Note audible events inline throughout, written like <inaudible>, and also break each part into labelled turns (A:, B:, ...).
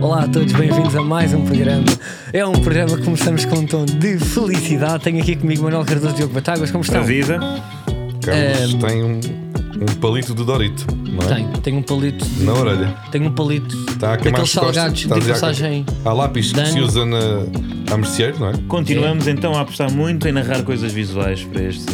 A: Olá a todos, bem-vindos a mais um programa. É um programa que começamos com um tom de felicidade. Tenho aqui comigo Manuel Cardoso e Diogo Batáguas. Como estão?
B: Avisa.
A: Ehm,
C: Carlos tem um, um palito de Dorito, não é?
A: Tenho, tenho um palito.
C: Na orelha.
A: Tenho um palito.
C: Está a queimar
A: Daqueles
C: as costas.
A: salgados de
C: Está a dizer-
A: passagem.
C: Há lápis que
A: de
C: se
A: ano.
C: usa na, a merceeiro, não é?
B: Continuamos então a apostar muito em narrar coisas visuais para este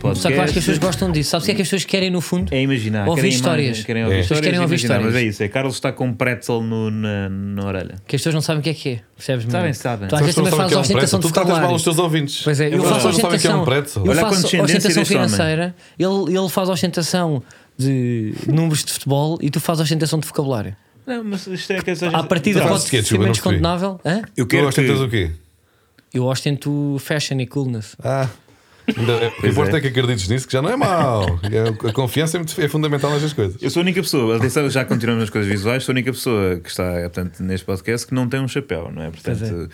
B: podcast.
A: Só que eu acho que as pessoas gostam disso. Sabes o que é que as pessoas querem no fundo?
B: É imaginar.
A: Ouvir
B: querem imagens,
A: histórias.
B: Querem ouvir
C: É.
B: histórias.
A: Vocês querem
B: e
A: ouvir
B: imaginar,
A: histórias.
B: Mas é isso. É Carlos está com um pretzel no- na, na orelha.
A: Que as pessoas não sabem o que é que é. Percebes?
B: Sabem,
A: Manuel?
B: sabem.
A: Tu às
B: Mas
A: vezes
C: As pessoas
A: também
C: não
A: fazes
C: sabem o que é um
A: ostentação
C: pretzel.
A: de
C: Tu tratas mal os teus ouvintes.
A: Pois é, eu
C: As
A: faço
C: pessoas não sabem o que é
A: ostentação.
C: um pretzel.
A: Eu
B: Olha a
A: faço
B: condescendência
A: ostentação
B: deste homem.
A: financeira, ele, ele faz ostentação de números de futebol e tu fazes ostentação de vocabulário.
B: Não, mas isto é que as
A: À partida
C: fazes
A: pode
C: o quê,
A: ser
C: Diogo? Então Eu não
A: menos
C: percebi.
A: condenável. Hã?
B: Eu
C: Tu
B: quero que...
C: ostentas o quê?
A: Eu ostento fashion e
C: <laughs>
A: coolness.
C: Ah. Ainda- Eu aposto
B: é.
C: é que acredites nisso, que já não é mau. É- A confiança é, muito- é fundamental nestas coisas.
B: Eu sou a única pessoa, atenção, já continuamos nas coisas visuais, sou a única pessoa que está portanto, neste podcast que não tem um chapéu, não é? Portanto,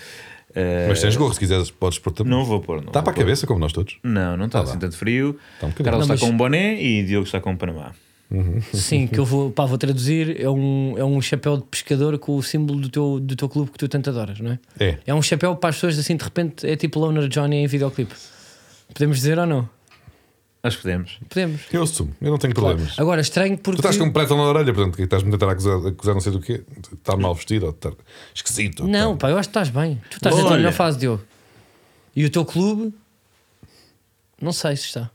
B: eh,
C: Mas tens gorro, se quiseres, podes pôr também.
B: não vou pôr. não
C: Está
B: vou
C: para a
B: pôr.
C: cabeça, como nós todos.
B: Não, não está
C: Ah,
B: assim
C: lá.
B: tanto frio.
C: Está um bocadinho.
B: Carlos
A: Não,
B: está
A: mas-
B: com um boné e Diogo está com um Panamá.
A: Sim, que eu vou, pá, vou traduzir. É um, é um chapéu de pescador com o símbolo do teu, do teu clube que tu tanto adoras, não é?
C: É.
A: É um chapéu para as pessoas assim de repente é tipo Loner Johnny em videoclipe. Podemos dizer ou não?
B: Acho que podemos.
A: Podemos.
C: Eu assumo, eu não tenho problemas.
A: Agora, estranho
C: Tu
A: porque.
C: estás com um pretzel na orelha, portanto, que estás-me a tentar acusar, acusar não sei do quê, de estar mal vestido ou de estar esquisito. ou de
A: Não,
C: estar-
A: pá, eu acho que estás bem. Tu estás na tua
B: Olha.
A: melhor fase, Diogo. E o teu clube. Não sei se está.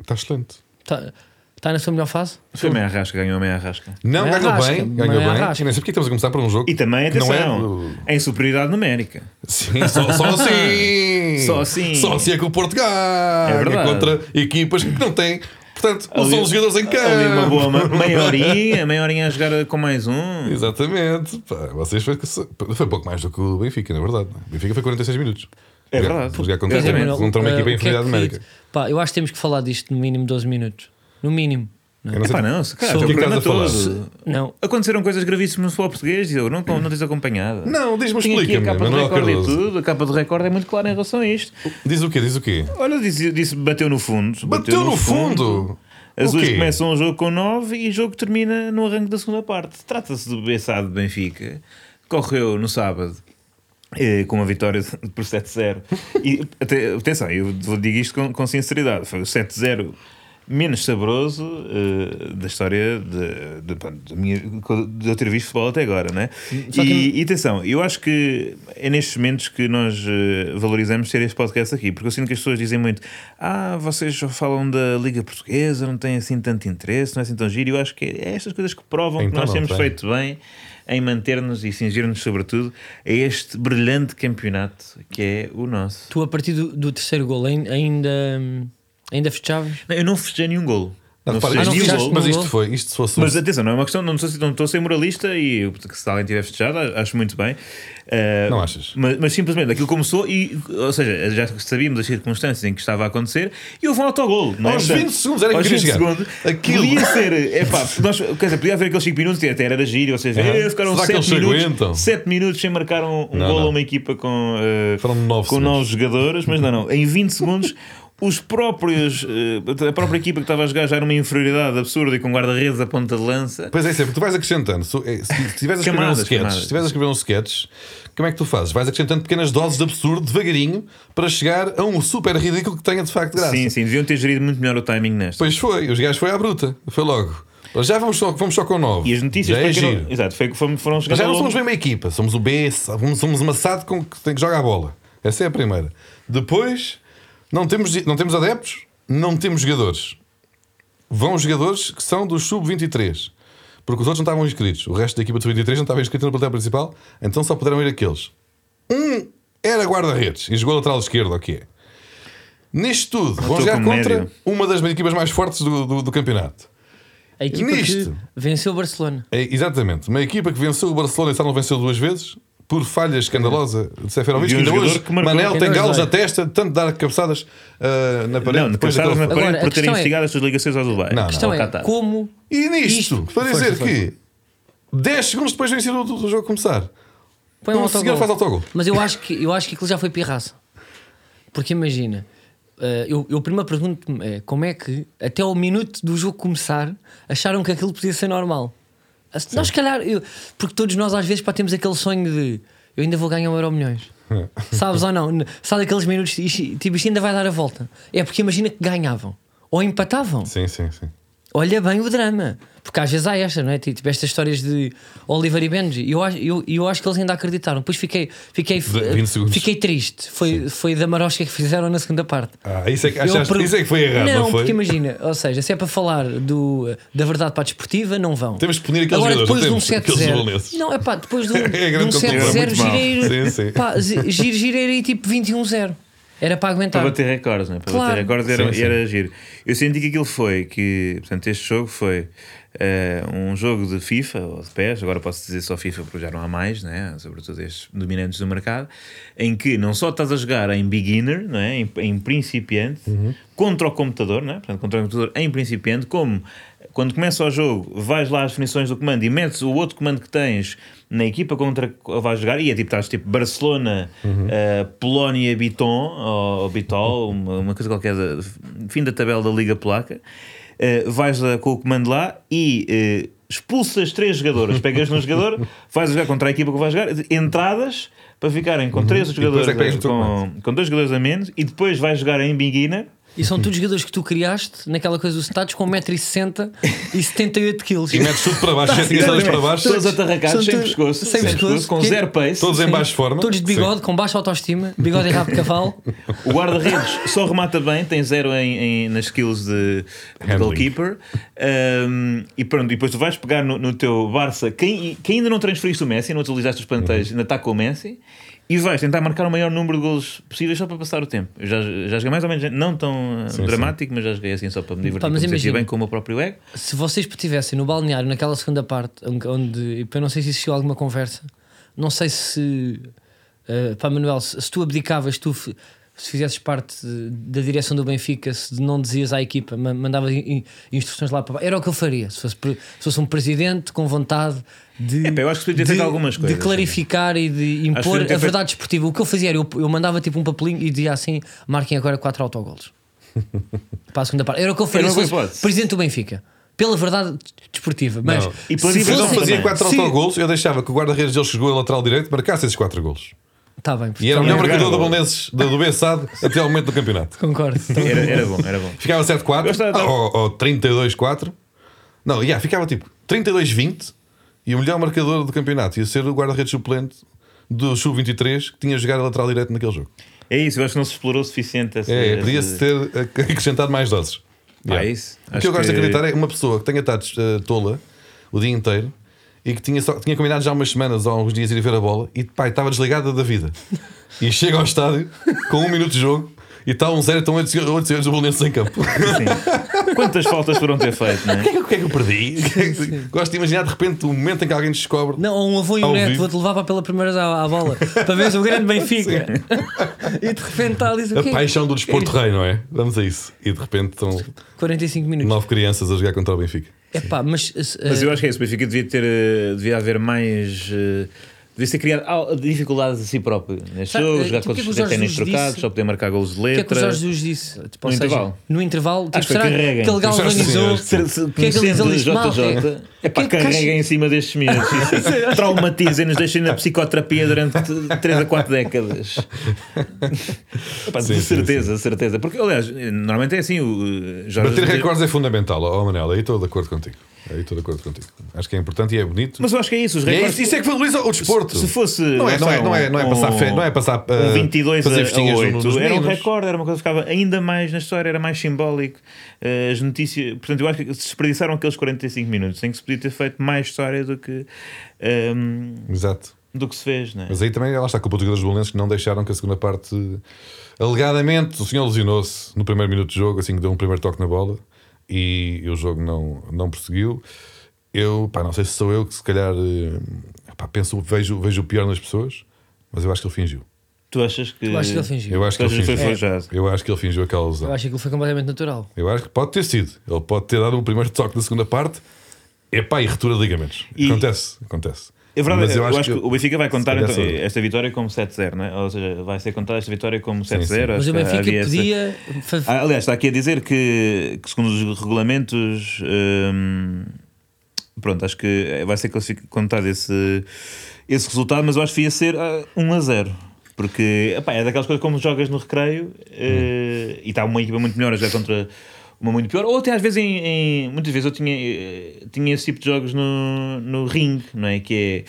C: Está excelente.
A: Está, está na sua melhor fase?
B: Foi meia rasca, ganhou meia rasca.
C: Não,
A: Não é
C: ganhou
A: rasca,
C: bem,
A: não
C: ganhou
A: é
C: bem.
A: rasca.
C: Nem sei porque estamos a começar por um jogo.
B: E também,
C: que
B: atenção,
C: Não é...
B: em superioridade numérica.
C: Sim, só, só assim.
B: Só assim.
C: Só assim é que o Porto ganha
B: É verdade.
C: contra equipas que não têm. Portanto, não são os jogadores em campo.
B: Ali uma boa
C: <laughs>
B: ma- meia horinha, meia horinha a jogar com mais um.
C: Exatamente. Pá, vocês foi, foi pouco mais do que o Benfica, na verdade. O Benfica foi 46 minutos.
B: É
C: Jogar-
B: verdade.
C: Jogar contra,
B: Pois é,
C: contra,
B: Manuel,
C: uma
A: eh,
C: um equipa em
A: o que é
C: inferioridade
A: que-
C: numérica.
A: Pá, eu acho que temos que falar disto no mínimo 12 minutos. No mínimo. Não.
C: Eu não sei-
B: Pá, não, se calhar,
C: O
B: o
C: que é que
B: programa
C: estás a falar?
B: todo.
A: não.
B: Aconteceram coisas gravíssimas no futebol português e eu não, não tens acompanhado.
C: Não, diz-me,
B: Tinha aqui
C: explica-me,
B: A capa do
C: Manuel
B: recorde e
C: Cardoso.
B: tudo, a capa do recorde é muito clara em relação a isto.
C: Diz o quê? Diz o quê?
B: Olha, disse, disse bateu no fundo.
C: Bateu no fundo?
B: As
C: O
B: duas
C: quê?
B: começam o jogo com 9 e o jogo termina no arranque da segunda parte. Trata-se do Bessado de Benfica. Correu no sábado. eh, Com uma vitória de- <laughs> por 7-0. E ate- atenção, eu vou- digo isto com, com sinceridade: foi o 7-0 menos saboroso eh, da história de, de, pá, da minha- de eu ter visto futebol até agora, né?
A: Só que-
B: E- e atenção, eu acho que é nestes momentos que nós eh, valorizamos ter este podcast aqui, porque eu sinto que as pessoas dizem muito: Ah, vocês só falam da Liga Portuguesa, não têm assim tanto interesse, não é assim tão giro. E Eu acho que é estas coisas que provam que
C: Então
B: nós
C: não
B: temos
C: tem.
B: feito bem em manter-nos e cingir-nos, sobretudo, a este brilhante campeonato que é o nosso.
A: Tu, a partir do, do terceiro gol, ain- ainda, hum, ainda fechavas?
B: Não, Eu não festejei nenhum golo.
C: Não,
B: festejei
C: repara,
A: não
C: isto-
B: nenhum
A: fizeste
B: golo.
C: mas
A: nenhum
C: isto
A: gol.
C: foi, isto se fosse um
B: Mas atenção, não é uma questão, não estou, não estou a ser moralista e que se alguém tiver festejado, a- acho muito bem. Eh,
C: Não achas?
B: Mas, mas simplesmente aquilo começou e, ou seja, já sabíamos as circunstâncias em que estava a acontecer e houve um autogol. Não é?
C: Aos 20 segundos, era que
B: aos
C: queria
B: 20
C: chegar.
B: segundos.
C: Aquilo.
B: Podia
C: <laughs>
B: ser, é pá, nós, quer dizer, podia haver aqueles 5 minutos e até era giro, ou seja,
C: Aham.
B: eh, ficaram
C: Será que
B: 7
C: eles
B: minutos,
C: aguentam?
B: 7 minutos sem marcar um, um
C: Não,
B: gol a
C: não.
B: uma equipa com, eh,
C: Foram nove
B: com
C: segundos.
B: novos jogadores, mas não, não, em 20
C: <laughs>
B: segundos. Os próprios, eh, a própria equipa que estava a jogar já era uma inferioridade absurda e com guarda-redes a ponta de lança.
C: Pois é, sempre tu vais acrescentando. Se é, se estiveres a escrever
B: Camadas,
C: um sketch,
B: camadas.
C: se estiveres a escrever um sketch, como é que tu fazes? Vais acrescentando pequenas doses de absurdo, devagarinho, para chegar a um super ridículo que tenha de facto graça.
B: Sim, sim, deviam ter gerido muito melhor o timing nesta.
C: Pois foi, os gajos foi à bruta. Foi logo. Já vamos só, vamos só com o 9.
B: E as notícias
C: Já é
B: para quem não-
C: giro.
B: Exato, foi, foram, foram
C: Mas
B: chegando
C: já não
B: ao longo-
C: somos bem uma equipa, somos o B, somos somos uma SAD com que, tem que joga a bola. Essa é a primeira. Depois, não temos, não temos adeptos, não temos jogadores. Vão os jogadores que são do sub-23. Porque os outros não estavam inscritos. O resto da equipa do sub-23 não estava inscrito na plateia principal, então só puderam ir aqueles. Um era guarda-redes e jogou lateral esquerdo, ok. Nisto tudo, vão
B: estou
C: jogar
B: com
C: contra
B: médio.
C: uma das equipas mais fortes do- do- do campeonato.
A: A equipa
C: Nisto.
A: que venceu o Barcelona.
C: É, exatamente. Uma equipa que venceu o Barcelona e só não venceu duas vezes por falha escandalosa de Seferovic.
B: De um
C: que ainda
B: jogador
C: hoje
B: que marcou.
C: Manel
A: Ainda
C: tem
A: hoje
C: galos
A: dói.
C: na testa de tanto dar cabeçadas ah, na parede.
B: Não,
C: depois da
B: depois na
C: aquela-
B: parede
A: Agora, a
B: por terem
A: questão é-
B: investigado estas ligações ao Dubai.
C: Não,
A: A
C: não.
A: questão
B: ao
A: é
B: Qatar.
A: como.
C: E nisto,
A: Isto.
C: para
A: Força,
C: dizer que 10 segundos depois de vencer o, do jogo
B: <laughs>
C: começar.
A: Põe um
C: o senhor
A: autogol.
C: faz autogol.
A: Mas eu acho, que, eu acho que aquilo já foi pirraça. Porque imagina, eh, eu, eu primeiro eh, pergunto-me é, como é que até ao minuto do jogo começar acharam que aquilo podia ser normal. Assim, Nós, se calhar, eu- porque todos nós às vezes pá, temos aquele sonho de eu ainda vou ganhar um euro milhões. Sabes ou não? N- Sabe aqueles minutos isto- tipo isto ainda vai dar a volta. É porque imagina que ganhavam ou empatavam.
C: Sim, sim, sim.
A: Olha bem o drama. Porque às vezes há esta, não é? Tipo estas histórias de Oliver e Benji. E eu, acho- eu, eu acho que eles ainda acreditaram. Depois fiquei, fiquei,
C: De- 20 segundos.
A: fiquei triste. Foi, foi da marosca que fizeram na segunda parte.
C: Ah, isso é que,
A: Eu
C: achaste,
A: pergu-
C: isso é que foi errado, não,
A: Não,
C: foi?
A: porque imagina, ou seja, se é para falar do, da verdade para a desportiva, não vão.
C: Temos de punir aqueles
A: Agora, depois
C: jogadores,
A: de
C: não
A: um
C: temos? Aqueles
A: 7-0.
C: bolonenses.
A: Não, é pá, depois de um,
C: <laughs> É grande
A: de um
C: confusão, era
A: 7-0,
B: muito mau.
A: girei.
C: Sim, sim.
A: Pá, zi- giro, girei aí tipo 21-0. Era para
B: Para
A: aguentar.
B: bater recordes, não é? Para
A: Claro.
B: bater recordes era,
C: Sim, sim.
B: era giro. Eu senti que aquilo foi, que portanto, este jogo foi eh, um jogo de FIFA ou de PES, agora posso dizer só FIFA porque já não há mais, né? sobretudo estes dominantes do mercado, em que não só estás a jogar em beginner, não é? em, em principiante,
C: Uhum.
B: contra o computador, não é? portanto, contra o computador em principiante, como quando começa o jogo, vais lá às definições do comando e metes o outro comando que tens na equipa contra que vais jogar e é tipo, estás tipo Barcelona, eh, Polónia, Biton, ou Bitol, uma, uma coisa qualquer, da, fim da tabela da Liga Polaca, Eh, vais lá com o comando lá e eh, expulsas três jogadoras, pegas num jogador, vais jogar contra a equipa que vais jogar, entradas para ficarem com três
C: depois
B: jogadores,
C: é que pegas
B: a-
C: no teu
B: com, com dois jogadores a menos e depois vais jogar em beginner
A: E são todos jogadores que tu criaste naquela coisa dos status com 1,60m e 78kg.
C: E metes tudo para baixo, sete entradas para baixo,
B: Todos
C: todos,
A: São
B: atarracados, sem
A: Tá, todos-
B: pescoço,
A: sem
B: sem
A: pescoço,
B: pescoço, com
A: que-
B: zero pace.
C: em baixo forma.
A: Todos de bigode, com baixa autoestima, bigode e rabo de cavalo.
B: O guarda-redes só remata bem, tem zero em, em- nas skills de, de
C: Handling.
B: goalkeeper. Um, e pronto, e depois tu vais pegar no, no teu Barça, quem, quem ainda não transferiste o Messi, não utilizaste os plantéis,
C: Uhum.
B: ainda está com o Messi, e vais tentar marcar o maior número de golos possíveis só para passar o tempo. Eu já, já joguei mais ou menos, não tão uh,
C: Sim,
B: dramático, mas já joguei assim só para me
A: Pá,
B: divertir, para
A: Tá, mas
B: me sentir
A: imagina.
B: bem com o meu próprio ego.
A: Se vocês estivessem no balneário naquela segunda parte, onde- onde eu não sei se existiu alguma conversa, não sei se eh, pá, Manuel, se, se tu abdicavas, tu f- se fizesses parte de- da direção do Benfica, se não dizias à equipa, ma- mandavas in- in- instruções lá para baixo, era o que eu faria. Se fosse, pre- se fosse um presidente com vontade de,
B: É, pá, eu acho que se podia ter
A: de,
B: feito algumas coisas,
A: de clarificar e de
B: Acho que
A: impor
B: podia
A: a
B: ter feito-
A: verdade desportiva. O que eu fazia era eu, eu mandava tipo um papelinho e dizia assim: marquem agora quatro autogolos para a segunda parte. Era o que eu faria. se
B: Era uma boa
A: fosse
B: hipótese.
A: presidente do Benfica. Pela verdade desportiva, mas
C: Não.
B: E pela
A: se
C: Se eu
B: diversão
C: não
A: fosse-
C: fazia
B: também.
C: quatro
A: se-
C: autogolos, eu deixava que o guarda-redes deles que jogou a lateral direito marcasse esses quatro golos.
A: Tá bem,
C: E era o
B: Também
C: melhor
B: é
C: marcador do
B: verdade.
C: Bondenses, do, do Bessado, até ao momento do campeonato. <laughs>
A: concordo.
C: Tá. É.
B: Era, era bom, era bom.
C: Ficava 7-4,
B: Gostava de-
C: ou, ou 32-4. Não, yeah, ficava tipo 32-20 e o melhor marcador do campeonato ia ser o guarda-redes suplente do Sub-23 que tinha jogado a lateral direito naquele jogo.
B: É isso, eu acho que não se explorou suficiente essa.
C: É, podia-se
B: essa-
C: ter ac- acrescentado mais doses.
B: Ah,
C: Yeah.
B: isso.
C: O que
B: Acho
C: eu gosto de
B: que-
C: acreditar é uma pessoa que tenha estado eh, tola o dia inteiro e que tinha, só, tinha combinado já umas semanas ou uns dias ir ver a bola e pai, estava desligada da vida. E chega ao estádio com um minuto de jogo e está um zero, estão 8 senhores do Bolonense em campo. <laughs>
B: Sim. Quantas faltas foram ter feito, não é?
C: <laughs> O que é que eu perdi? Gosto de imaginar de repente o momento em que alguém descobre.
A: Não, ou um avô e um
C: Ao
A: neto,
C: vivo.
A: vou-te levar para pela primeira vez à, à bola para veres o grande Benfica. <laughs> e de repente está ali,
C: A
A: o quê?
C: paixão do desporto rei, não é? Vamos a isso. E de repente estão
A: 45 minutos.
C: nove crianças a jogar contra o Benfica.
A: É pá, mas. se-
B: Mas
A: eh,
B: eu acho que é isso. O Benfica devia ter. eh, devia haver mais. eh, devia ter criado al- dificuldades a si próprio neste
A: Sabe,
B: jogo,
A: eh,
B: jogar
A: tipo,
B: com
A: o que é que o
B: os
A: Jorge
B: ténis
A: Jesus
B: trocados,
A: disse?
B: só poder marcar golos de
A: o que é que o
B: letra.
A: Jorge Jesus disse? Tipo, ou
B: No
A: seja,
B: intervalo.
A: no intervalo, tipo,
B: Acho que
A: será
B: carreguem.
A: que ele
C: Os senhores,
A: galvanizou?
C: senhores,
B: Se- se-
A: O que é que ele
B: conhecendo
A: diz? Mal,
B: JJ,
A: é.
B: é
A: O
B: pá,
A: que é que
B: carreguem em cima destes
A: <laughs>
B: miúdos. sim, sim. Traumatizem-nos, deixem na psicoterapia durante 3 a 4 décadas. Epá,
C: Sim,
B: de
C: sim,
B: certeza, certeza. Porque, aliás, eh, normalmente é assim. O eh, Jorge
C: Bater
B: Jesus-
C: recordes é fundamental, ó Manel, aí estou de acordo contigo. Aí estou de acordo contigo. Acho que é importante e é bonito.
B: Mas eu acho que é isso. Os
C: E é
B: recordes.
C: isso, isso é que valoriza o desporto.
B: Se fosse.
C: Não é, não é, não é, não é passar fe- não é passar,
B: um
C: eh,
B: 22
C: fazer
B: a,
C: festinhas
B: a
C: no-
B: 8.
C: nos
B: era um
C: meninos.
B: recorde, era uma coisa que ficava ainda mais na história, era mais simbólico. Eh, As notícias. Portanto, eu acho que se desperdiçaram aqueles 45 minutos em que se podia ter feito mais história do que. ehm,
C: Exato.
B: do que se fez, não é?
C: Mas aí também lá está a culpa dos jogadores bolenses que não deixaram que a segunda parte. Alegadamente, o senhor lesionou-se no primeiro minuto de jogo, assim que deu um primeiro toque na bola e, e o jogo não, não prosseguiu. Eu, pá, não sei se sou eu que se calhar eh, pá, penso, vejo, vejo o pior nas pessoas, mas eu acho que ele fingiu.
B: Tu achas que.
A: Eu acho que ele fingiu.
C: Eu acho que
B: Tu achas
C: ele
B: que foi
C: fingiu.
B: forjado?
C: Eu acho que ele fingiu aquela lesão.
A: Eu acho que aquilo foi completamente natural.
C: Eu acho que pode ter sido. Ele pode ter dado um primeiro toque na segunda parte. Epá, e retura de ligamentos.
B: E-
C: Acontece, acontece.
B: É verdade,
C: Mas
B: eu, acho, que, o Benfica vai contar
C: se calhar
B: então,
C: sou eu.
B: esta vitória como 7-0, não é? Ou seja, vai ser contada esta vitória como 7-0.
A: Mas
B: acho
A: o
B: que
A: Benfica
B: havia essa-
A: podia. fa-
B: Ah, Aliás, está aqui a dizer que, que segundo os regulamentos, hum, Pronto, acho que vai ser contado esse, esse resultado, mas eu acho que ia ser ah, 1 a 0. Porque epá, é daquelas coisas como jogas no recreio eh, e está uma equipa muito melhor a jogar contra uma muito pior. Ou até às vezes, em, em- muitas vezes eu tinha, eh, tinha esse tipo de jogos no, no ringue, não é? Que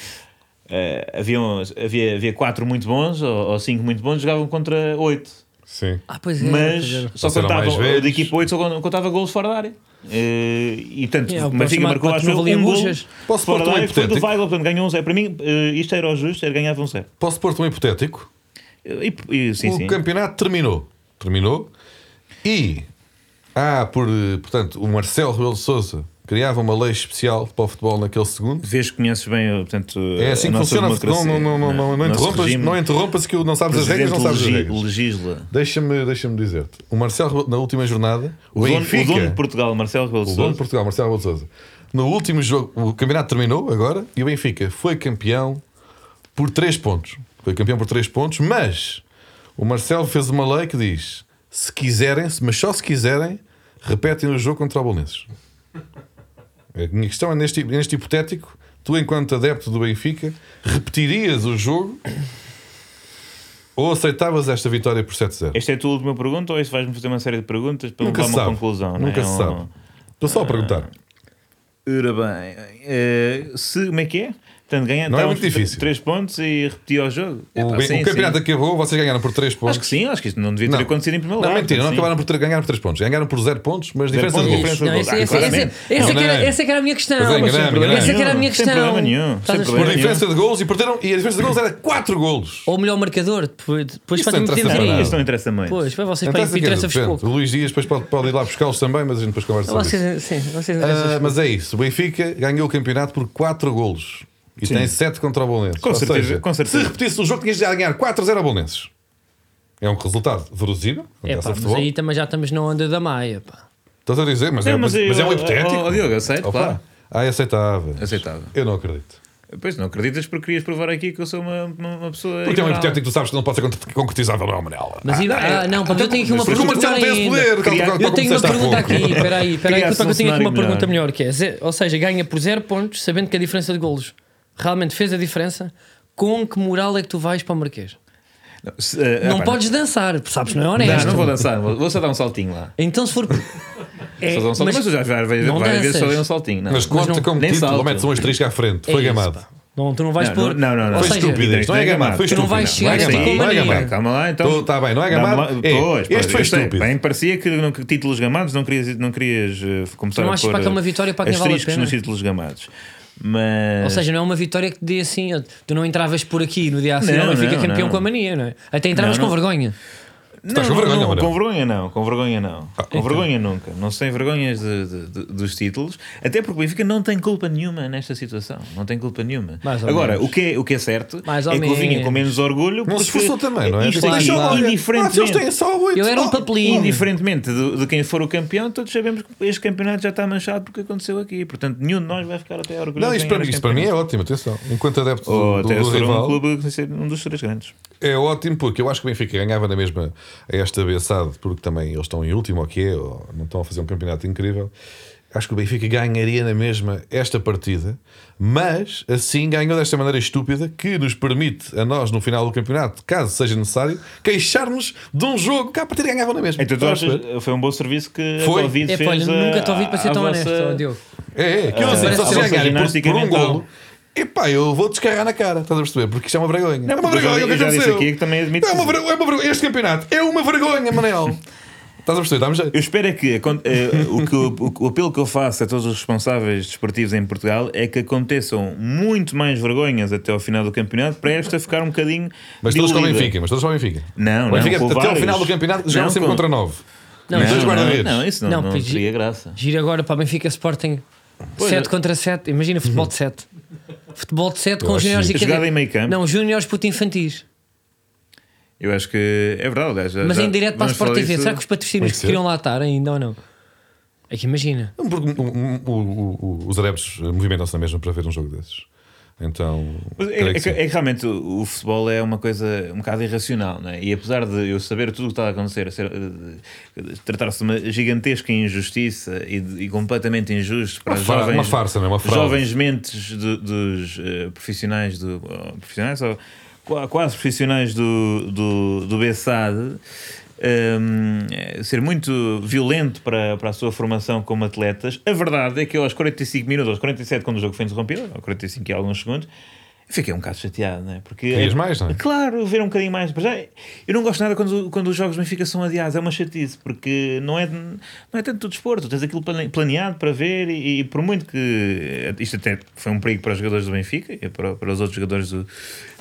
B: é. eh, haviam, havia, havia quatro muito bons ou, ou cinco muito bons, jogavam contra oito.
C: Sim.
A: Ah, pois é.
B: Mas
A: pois é.
B: só
C: Vocês eram
B: contava
C: mais
B: o
C: velhos.
B: da equipa 8 só contava golos fora da área. Eh, e tanto,
A: É, o
B: o Benfica
A: próximo
B: marcou
A: empate
B: acho
A: não
B: eu
A: valia
B: um gol
A: buchas.
C: Posso
B: fora
C: pôr-te
B: da
C: um
B: área, que foi do
C: hipotético?
B: Weigl, portanto ganhou um zero. Para mim, eh, isto era o justo, era ganhava um zero.
C: Posso pôr-te um hipotético?
B: E, e, sim,
C: o
B: sim.
C: campeonato terminou. Terminou. E há, por, eh, portanto, o Marcelo Rebelo de Souza criava uma lei especial para o futebol naquele segundo.
B: Vês que conheces bem, eh, portanto,
C: É assim que funciona. Não, não, não, não, não, não, interrompas, não interrompas que não sabes as regras, não sabes as regras.
B: legisla.
C: Deixa-me deixa dizer-te. O Marcelo, Rebelo- na última jornada, o,
B: O dono,
C: Benfica...
B: o dono de Portugal, Marcelo Rebelo de
C: O dono de
B: Sousa.
C: Portugal, Marcelo Rebelo de Sousa. No último jogo, o campeonato terminou agora e o Benfica foi campeão por 3 pontos. Foi campeão por 3 pontos, mas o Marcelo fez uma lei que diz: se quiserem, se- mas só se quiserem, repetem o jogo contra o Bolonenses. <laughs> A minha questão é neste, neste hipotético: tu, enquanto adepto do Benfica, repetirias o jogo ou aceitavas esta vitória por 7-0?
B: Esta é a tua última pergunta ou isto vais-me fazer uma série de perguntas para
C: Nunca
B: levar
C: se
B: uma
C: sabe.
B: conclusão? não é?
C: Nunca
B: É
C: se
B: um-
C: sabe. Estou só a perguntar.
B: Ora bem, eh, se, como é que é? Portanto, ganhar
C: Não é
B: estávamos
C: muito difícil.
B: 3 pontos e repetir ao jogo.
C: O,
B: Epá,
C: Ben-
B: É, então, sim,
C: o campeonato
B: sim.
C: acabou, vocês ganharam por 3 pontos.
B: Acho que sim, acho que isto não devia ter acontecido em primeiro lugar.
C: Não, mentira, não
B: portanto, sim.
C: acabaram por ter, ganharam por 3 pontos. Ganharam por 0 pontos, mas
B: Zero
C: diferença de
B: pontos,
C: gols.
B: diferença de
A: Não,
B: gols.
A: essa,
B: Ah,
A: essa, essa,
B: claramente.
A: essa
C: Não,
A: que era,
C: não, não.
A: essa que era a minha questão.
C: Mas é grande,
B: Sem problema
C: grande.
A: Essa que era a minha
B: nenhum, sem
A: questão.
B: problema nenhum,
A: Estás a
B: sem
C: Por
B: problema nenhum.
C: diferença de gols e perderam. E a diferença de gols era 4 gols.
A: Ou o melhor marcador, depois, depois
C: Isso
A: fazem
C: não interessa
A: metemos
C: para
B: Não,
A: aí.
C: nada.
B: Isso não interessa muito.
A: Pois, para vocês,
C: Não
A: para
C: interessa quem é
A: interessa-vos
C: diferente.
A: pouco.
C: O Luís Dias depois pode, pode ir lá buscá-los também, mas a gente depois conversa sobre isso.
A: Vocês, sim, vocês
C: Ah,
A: interessa-vos
C: mas é isso, o Benfica ganhou o campeonato por 4 golos e tem 7 contra o Bolonenses.
B: Com
C: Ou
B: certeza,
C: seja,
B: com certeza.
C: Se repetisse o jogo, tinhas de ganhar 4-0 ao Bolonenses. É um resultado verosímil.
A: É
C: acontece
A: pá,
C: ao
A: mas
C: futebol.
A: aí também já estamos na onda da Maia, pá.
C: Estás a dizer, mas,
B: Não,
C: é,
B: mas
C: mas,
B: eu-
C: mas é um
B: oh,
C: hipotético.
B: oh, Diogo, aceito, claro.
C: Ah, aceitável.
B: Aceitável.
C: Eu não acredito.
B: Pois não acreditas porque querias provar aqui que eu sou uma, uma, uma pessoa.
C: Porque é um
B: imoral.
C: hipotético que tu sabes que não pode ser concre- concretizável, não, é, Manel.
A: Mas e- ah, não, porque eu tenho aqui uma
C: Porque o
A: pergunta.
C: Marcelo tem esse
A: ainda.
C: poder. calma, calma,
A: Eu
C: como
A: tenho uma
C: disseste há
A: pergunta
C: pouco.
A: aqui, espera aí, espera aí, que eu
B: Criasse
A: só que eu
B: um
A: tenho aqui uma
B: cenário
A: pergunta melhor, que é, ze- ou seja, ganha por zero pontos, sabendo que a diferença de golos realmente fez a diferença, com que moral é que tu vais para o Marquês?
B: Não, se, eh,
A: Não
B: epá,
A: podes dançar, porque sabes, não é
B: Não,
A: honesto.
B: não vou dançar, vou vou só dar um saltinho lá.
A: Então se for... É,
B: Só dar um saltinho. Mas eu já vai vai-
A: não
B: vai ver só
A: danças.
B: dei um saltinho. não.
C: Mas
A: não-
C: conta como
B: nem
C: título,
B: salto.
C: metes um asterisco à frente.
A: é
C: Foi
A: isso,
C: gamado.
A: pá. Não, tu não vais
B: Não,
A: pôr...
B: não, não, não.
A: ou
C: Foi
A: seja,
C: estúpido. isto, não é gamado. Foi
A: tu não
C: estúpido.
A: vais
C: Não é
A: chegar assim
C: gamado,
A: com
C: não é
A: mania.
C: gamado.
B: Calma lá, então.
C: Tô- tá bem, não é
B: Dá-me
C: gamado?
B: lá-
C: É,
B: pois,
C: este
B: pois,
C: foi
B: isto é,
C: estúpido.
B: Bem, parecia que, não- que títulos gamados não querias, não querias eh, começar
A: Tu não
B: a
A: achas,
B: pôr
A: pá, que é uma
B: eh,
A: vitória, pá, que nem vale a
B: asteriscos
A: pena?
B: nos títulos gamados. Mas.
A: Ou seja, não é uma vitória que te dê assim. ó, Tu não entravas por aqui no dia a seguir,
B: Não,
A: não, e fica
B: não,
A: campeão
B: não.
A: com a mania, não é? Até entravas
B: Não,
A: com
B: não.
A: vergonha.
C: estás com
B: não,
C: vergonha,
B: não,
C: Manuel? Ah, então.
B: com vergonha não, com vergonha não. com vergonha nunca. Não sem vergonhas de- de- de- dos títulos. Até porque o Benfica não tem culpa nenhuma nesta situação. Não tem culpa nenhuma.
A: Mais ou
B: Agora,
A: menos.
B: o que, é, o que é certo
A: Mais
B: é
A: ou
B: que eu vinha
A: menos.
B: com menos orgulho.
C: Não
B: porque
C: se esforçou também, não é?
B: Isto
A: Claro,
B: aqui,
A: claro.
B: indiferentemente.
C: Ah, eles têm só 8.
A: Eu era um papelinho.
B: Indiferentemente de, de quem for o campeão, todos sabemos que este campeonato já está manchado porque aconteceu aqui. Portanto, nenhum de nós vai ficar até orgulhoso.
C: Não, isto
B: em
C: para,
B: ganhar
C: mim-
B: este
C: isto para mim é
B: campeonato.
C: ótimo, atenção. Enquanto adepto
B: Ou
C: do, do,
B: até
C: do
B: ser um
C: rival,
B: clube que ser um dos três grandes.
C: é ótimo porque eu acho que o Benfica ganhava na mesma a esta beçada, porque também eles estão em último ou quê, ou não estão a fazer um campeonato incrível. Acho que o Benfica ganharia na mesma esta partida, mas assim ganhou desta maneira estúpida que nos permite a nós, no final do campeonato, caso seja necessário, queixar-nos de um jogo que à partida ganhavam na mesma.
B: Então, tu
C: Estás a
B: achas,
C: perceber?
B: foi um bom serviço que
C: Foi.
B: a Covid
A: É,
B: fez
A: pá, olha,
B: a-
A: nunca te ouvi para ser
B: à
A: tão
B: vossa-
A: hosto, ó, Diogo.
C: É, é, aquilo assim, se
B: a vossa
C: vocês ganharem por,
B: ginástica
C: por um
B: mental.
C: golo, epá, eu vou descarrar na cara, estás a perceber? Porque isto é uma vergonha. é uma
B: porque eu
C: vergonha,
B: já-
C: o que
B: eu já disse
C: aconteceu?
B: aqui que também admito
C: É uma,
B: que-
C: vergo- é uma vergonha, este campeonato é uma vergonha,
B: <laughs>
C: Manel. estás a perceber? Dá-me jeito.
B: Eu espero é que, acon- eh, o, que o, o apelo que eu faço a todos os responsáveis desportivos em Portugal é que aconteçam muito mais vergonhas até ao final do campeonato para esta ficar um bocadinho.
C: Mas todos com o
B: diluída.
C: Benfica, mas todos com o Benfica.
B: Não,
C: O
B: não,
C: Benfica,
B: com
C: até ao
B: vários.
C: final do campeonato, jogaram
B: Não,
C: sempre
B: com-
C: contra 9.
A: Não,
B: Não,
A: dois
B: não,
C: guarda-redes.
B: Não, isso não,
A: Não,
B: não,
A: pois-
B: teria graça.
A: Gira agora para Benfica Sporting
B: Pois
A: 7
B: é.
A: contra 7. Imagina futebol de 7. Futebol de 7 com
C: acho
A: os juniores e
B: isso. Jogada
A: cadete-
B: é em meio campo.
A: Não, juniores puto infantis.
B: Eu acho que é verdade. aliás, já-
A: Mas
B: já-
A: em direto para a
B: vamos
A: Sport
B: falar
A: TV.
B: disso.
A: Será que os patrocínios
C: Pode
A: que
C: ser.
A: queriam lá estar ainda ou não? É que imagina.
C: um, Porque o- o- o- o- os adeptos movimentam-se na mesma para ver um jogo desses. Então.
B: Mas é,
C: creio
B: é
C: que
B: que,
C: sim.
B: é que realmente o, o futebol é uma coisa um bocado irracional, não é? E apesar de eu saber tudo o que está a acontecer, ser, eh, de tratar-se de uma gigantesca injustiça e, de- e completamente injusto para
C: Uma
B: as
C: fa-
B: jovens,
C: uma farsa, não é? Uma fraude.
B: jovens mentes do- dos eh, profissionais do oh, profissionais ou qua- quase profissionais do, do, do Bessade. hum, eh, ser muito violento para, para a sua formação como atletas. A verdade é que eu, aos 45 minutos, aos 47, quando o jogo foi interrompido, aos 45 e alguns segundos, fiquei um bocado chateado, não é? Porque
C: Querias mais, não é?
B: Claro, ver um bocadinho mais. Para já, eu não gosto nada quando, quando os jogos do Benfica são adiados, é uma chatice, porque não é, não é tanto do desporto, tens aquilo plane- planeado para ver e, e por muito que. Isto até foi um perigo para os jogadores do Benfica e para, para os outros jogadores do,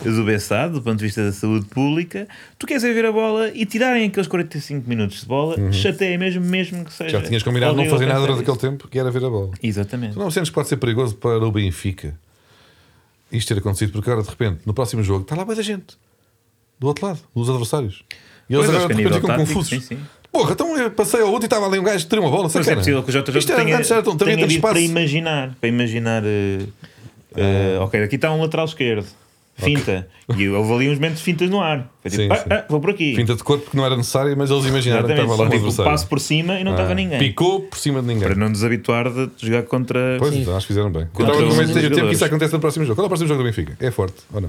B: do Bessado, do ponto de vista da saúde pública. Tu queres é ver a bola e tirarem aqueles 45 minutos de bola, chateia mesmo, mesmo que seja.
C: Uhum. Já tinhas combinado não
B: é horrível
C: fazer nada
B: pensar
C: durante aquele
B: isso.
C: tempo, que era ver a bola.
B: Exatamente.
C: Tu não sentes que pode ser perigoso para o Benfica isto ter acontecido? Porque agora, de repente, no próximo jogo, está lá muita gente. Do outro lado, dos adversários. E eles
B: Pois,
C: agora, de
B: acho que a
C: repente,
B: nível
C: ficam
B: tático,
C: confusos.
B: sim, sim.
C: Porra, então eu passei ao outro e estava ali um gajo que tirou uma bola.
B: Mas
C: sabe
B: é
C: cena?
B: possível que o JJ
C: Isto era
B: tenha,
C: antes, era tão
B: tenha
C: tanto
B: dito
C: espaço.
B: para imaginar, para imaginar. eh, eh, ok, aqui está um lateral esquerdo, finta. E houve ali uns momentos de fintas no ar. Foi tipo,
C: Sim,
B: ah,
C: sim.
B: ah, vou por aqui.
C: Finta de corpo que não era necessária, mas eles imaginaram que
B: Exatamente,
C: estava lá
B: só
C: um
B: tipo,
C: adversário.
B: passo por cima e não estava
C: Ah,
B: ninguém.
C: Picou por cima de ninguém.
B: Para não nos habituar de jogar contra.
C: Pois,
A: Sim.
C: então, acho que fizeram bem. Eu
B: Contra
C: estava no
B: os
C: momento eu tempo que
B: jogadores.
C: isso acontece no próximo jogo. Qual é o próximo jogo do Benfica? É forte, ou não?